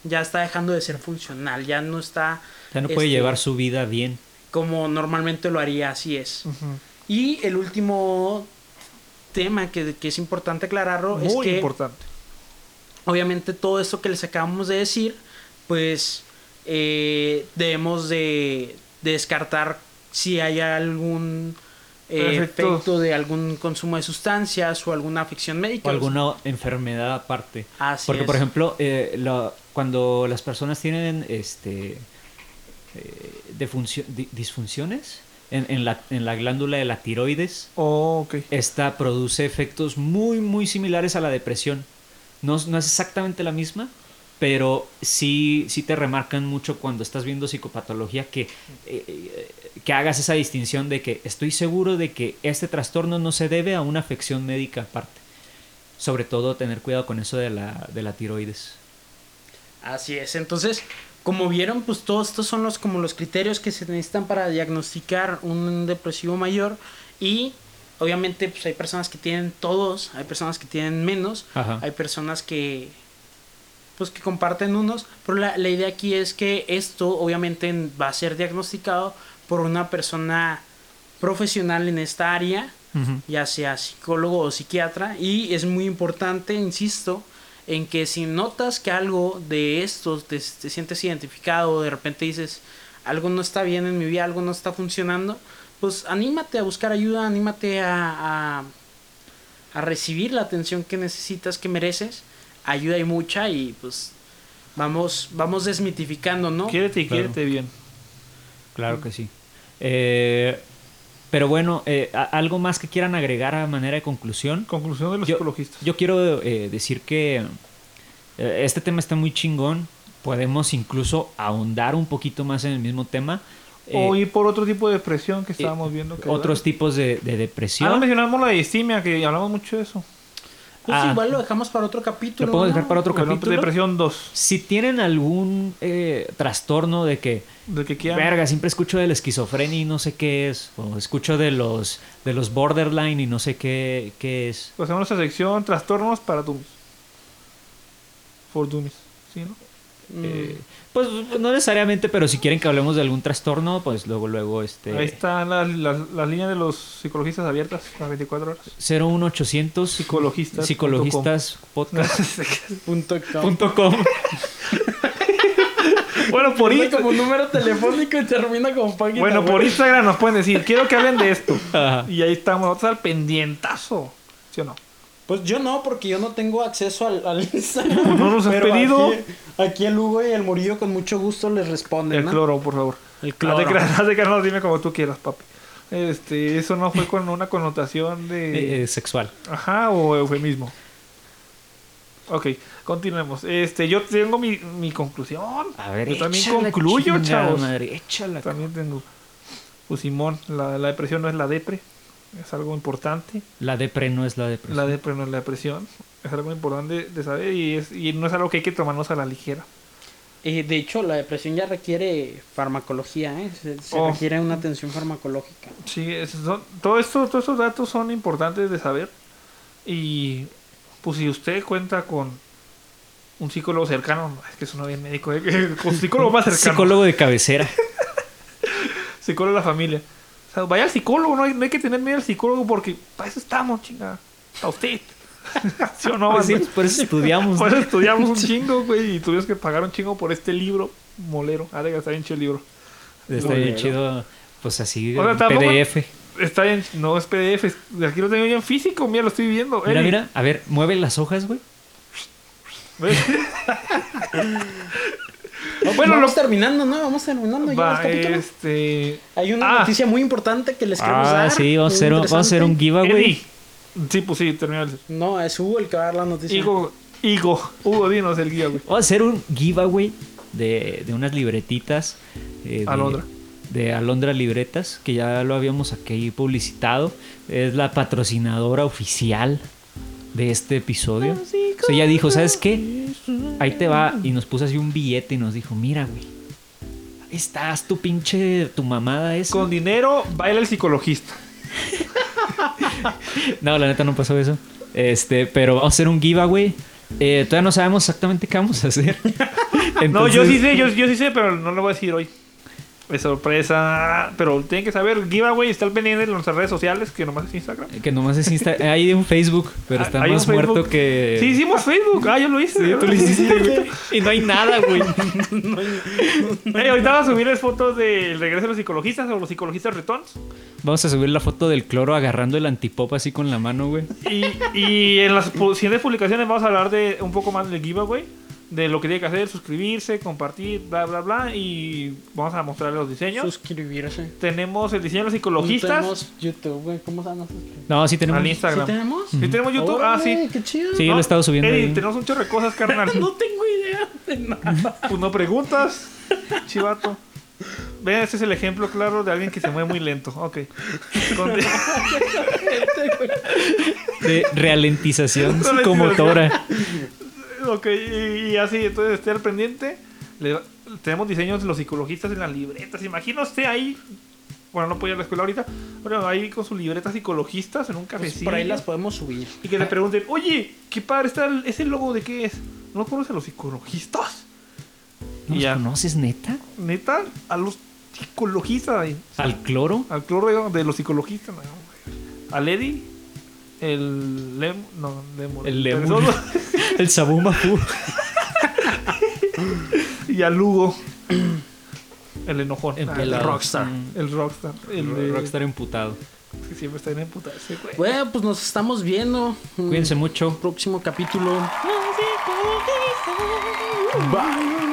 A: ya está dejando de ser funcional, ya no está
B: Ya no puede
A: este,
B: llevar su vida bien.
A: como normalmente lo haría, así es. Y el último tema que, que es importante aclararlo
C: Muy
A: es que
C: importante.
A: obviamente todo esto que les acabamos de decir, pues eh, debemos de, de descartar si hay algún eh,
C: Efectos.
A: efecto de algún consumo de sustancias o alguna afección médica.
B: O alguna enfermedad aparte.
A: Así
B: Porque,
A: es.
B: por ejemplo, eh, la- cuando las personas tienen este eh, defuncio- di- disfunciones en, en la, en la glándula de la tiroides,
C: Oh, ok.
B: esta produce efectos muy, muy similares a la depresión. No, no es exactamente la misma, pero sí, sí te remarcan mucho cuando estás viendo psicopatología que, eh, eh, que hagas esa distinción de que estoy seguro de que este trastorno no se debe a una afección médica aparte. Sobre todo tener cuidado con eso de la, de la tiroides.
A: Así es. Entonces, como vieron, pues todos estos son los como los criterios que se necesitan para diagnosticar un depresivo mayor y obviamente pues hay personas que tienen todos, hay personas que tienen menos,
B: Ajá.
A: hay personas que pues que comparten unos, pero la, la idea aquí es que esto obviamente en- va a ser diagnosticado por una persona profesional en esta área, ya sea psicólogo o psiquiatra, y es muy importante, insisto, en que si notas que algo de estos te, te sientes identificado, de repente dices, algo no está bien en mi vida, algo no está funcionando, pues anímate a buscar ayuda, anímate a, a, a recibir la atención que necesitas, que mereces, ayuda hay mucha y pues vamos, vamos desmitificando, ¿no?
C: Quiérete y
B: Claro.
C: quiérete bien.
B: Claro que sí. Eh, pero bueno, eh, a- algo más que quieran agregar a manera de conclusión.
C: Conclusión de los
B: Yo-
C: psicologistas.
B: Yo quiero eh, decir que eh, este tema está muy chingón. Podemos incluso ahondar un poquito más en el mismo tema. Eh,
C: o ir por otro tipo de depresión que estábamos viendo. Que
B: otros tipos de, de
C: Ah, no
B: depresión.
C: mencionamos la distimia, que hablamos mucho de eso.
A: Pues
B: Ah.
A: igual lo dejamos para otro capítulo.
B: Lo podemos
A: ¿no?
B: dejar para otro
C: Pero
B: capítulo.
C: Depresión 2.
B: Si tienen algún eh, trastorno de que,
C: Del que quieran.
B: verga, siempre escucho de la esquizofrenia y no sé qué es, o escucho de los, de los borderline y no sé qué, qué es.
C: Pues hacemos nuestra sección, trastornos para tu for Dummies. ¿Sí, no? Mm.
B: Eh, pues no necesariamente, pero si quieren que hablemos de algún trastorno, pues luego, luego,
C: Ahí
B: este.
C: están las, las, las líneas de los psicologistas abiertas las
B: (laughs)
C: 24 horas.
B: 01800
C: Psicologistas.
B: psicologistas
C: (laughs)
A: Punto com.
B: podcast.com.
C: bueno, por
A: Empieza
C: Instagram.
A: como número telefónico y termina como página.
C: Bueno,
A: web. (laughs)
C: por Instagram nos pueden decir, quiero que hablen de esto. Y ahí estamos, nosotros al pendientazo. ¿Sí o no?
A: Pues yo no, porque yo no tengo acceso al, al (laughs) Instagram.
C: No nos has
A: Pero
C: pedido.
A: Aquí, aquí el Hugo y el Murillo con mucho gusto les responden.
C: El
A: ¿no?
C: cloro, por favor.
A: El cloro.
C: Haz de que- haz de que no, dime como tú quieras, papi. Este, eso no fue con una connotación de...
B: (laughs) (laughs) Eh, eh, sexual.
C: Ajá, o eufemismo. Ok, continuemos. Este, yo tengo mi, mi conclusión.
B: A ver,
C: yo también
B: échala,
C: concluyo,
B: chingada
C: chavos.
B: madre, échala.
C: También tengo... Pues Simón, la, la depresión no es la depre. Es algo importante.
B: La depre no es la depresión.
C: La depresión no es la depresión. Es algo importante de saber y, es, y no es algo que hay que tomarnos a la ligera.
A: Eh, de hecho, la depresión ya requiere farmacología, ¿eh? Se, se
C: Oh.
A: requiere una atención farmacológica.
C: Sí, es- son- todo esto, todos estos datos son importantes de saber. Y pues si usted cuenta con un psicólogo cercano, es que suena bien médico, ¿eh? (laughs) un psicólogo más cercano,
B: Psicólogo de cabecera.
C: psicólogo de la familia. O sea, vaya al psicólogo, no hay, no hay que tener miedo al psicólogo porque para eso estamos, chingada. Para usted. (laughs) ¿Sí o (laughs) no?
B: Pues sí,
C: banda?
B: por eso estudiamos.
C: Por
B: (laughs)
C: eso estudiamos un chingo, güey, y tuvimos que pagar un chingo por este libro molero. Ah, de gastar bien chido el libro.
B: Está bien chido. Pues así,
C: O sea,
B: en
C: tampoco-
B: PDF.
C: Está bien, no es PDF, es- aquí lo tengo yo en físico, mira, lo estoy viendo.
B: Mira,
C: Eli,
B: mira, a ver, mueve las hojas, güey.
C: ¿ves?
A: bueno,
C: bueno,
A: vamos
C: lo-
A: terminando, ¿no? Vamos terminando ya
C: Va,
A: el capítulo.
C: este.
A: Hay una
C: Ah.
A: noticia muy importante que les queremos
B: Ah,
A: dar.
B: sí, vamos a,
A: muy
B: hacer un, vamos a hacer un
A: interesante.
B: giveaway.
C: Eli. Sí, pues sí, terminó el.
A: No, es Hugo el que va a dar la noticia.
C: Higo, Higo, Hugo, dinos el guía, güey.
B: Vamos a hacer un giveaway de, de unas libretitas. eh, de-
C: Alondra.
B: De Alondra Libretas, que ya lo habíamos aquí publicitado. Es la patrocinadora oficial de este episodio. O sea, ella dijo, ¿sabes qué? Ahí te va. Y nos puso así un billete y nos dijo, mira, güey. ahí Estás tu pinche, tu mamada esa.
C: Con dinero baila el psicologista.
B: No, la neta no pasó eso. Este, pero vamos a hacer un giveaway. Eh, todavía no sabemos exactamente qué vamos a hacer.
C: (laughs) No, yo
B: Entonces,
C: sí sé, yo, yo sí sé, pero no lo voy a decir hoy. Es sorpresa. Pero tienen que saber, giveaway está al pendiente en nuestras redes sociales, que nomás es Instagram.
B: Que nomás es Insta. (laughs) Hay un Facebook, pero está
C: Ah, Hay un
B: más muerto
C: Facebook.
B: que.
C: Sí, hicimos Facebook. Ah, yo lo hice.
B: Sí, tú lo hiciste, güey. Y no hay nada, güey.
C: (laughs) Ey, ahorita vas a subirles fotos del regreso de los psicologistas o los psicologistas retons.
B: Vamos a subir la foto del cloro agarrando el antipop así con la mano, güey.
C: Y, y en las pu- siguientes publicaciones vamos a hablar de un poco más del giveaway, de lo que tiene que hacer, suscribirse, compartir, bla, bla, bla. Y vamos a mostrarles los diseños.
A: Suscribirse.
C: Tenemos el diseño de los
A: No
C: psicologistas.
A: Tenemos YouTube, güey. ¿Cómo se llama? ¿Sí
B: No, sí tenemos.
C: Al Instagram.
A: tenemos?
C: Sí tenemos YouTube. ah,
A: Órale,
C: sí.
A: Qué chido.
B: Sí, lo he estado subiendo.
C: Ey,
B: ahí.
C: tenemos un chorro de
B: (laughs)
C: cosas, carnal.
A: No tengo idea de nada.
C: (laughs) Pues no preguntas, chivato. Ve, este es el ejemplo claro de alguien que se mueve muy lento. Ok. Conti-
B: De
C: (laughs)
B: ralentización
C: Ralentización.
B: psicomotora.
C: ok, y, y así, entonces esté al pendiente. Le- tenemos diseños de los psicologistas en las libretas. Imagina usted ahí, bueno, no puede ir a la escuela ahorita, bueno, ahí con sus libretas psicologistas en un
A: Pues
C: cafecito.
A: por ahí las podemos subir.
C: Y que le pregunten, oye, qué padre está el- ese logo de qué es. ¿No conoce a los psicologistas?
B: ¿No
C: Y
B: los
C: ya.
B: conoces, neta? Neta,
C: A los psicologistas ahí.
B: al cloro.
C: Al cloro de los psicologistas. no, güey. A Lady. El Lem. No, Lemur.
B: El
A: (laughs)
B: lemur.
C: Solo-
B: El sabú
C: (laughs)
B: mafú.
C: Y a Lugo. El enojón. Ah, el,
B: Empelado.
C: rock-
A: Rockstar.
B: Mm,
C: el rockstar. El de-
B: Rockstar emputado.
C: que siempre está en puta ese güey.
A: Bueno, pues nos estamos viendo.
B: Cuídense mucho.
A: Próximo capítulo. Bye.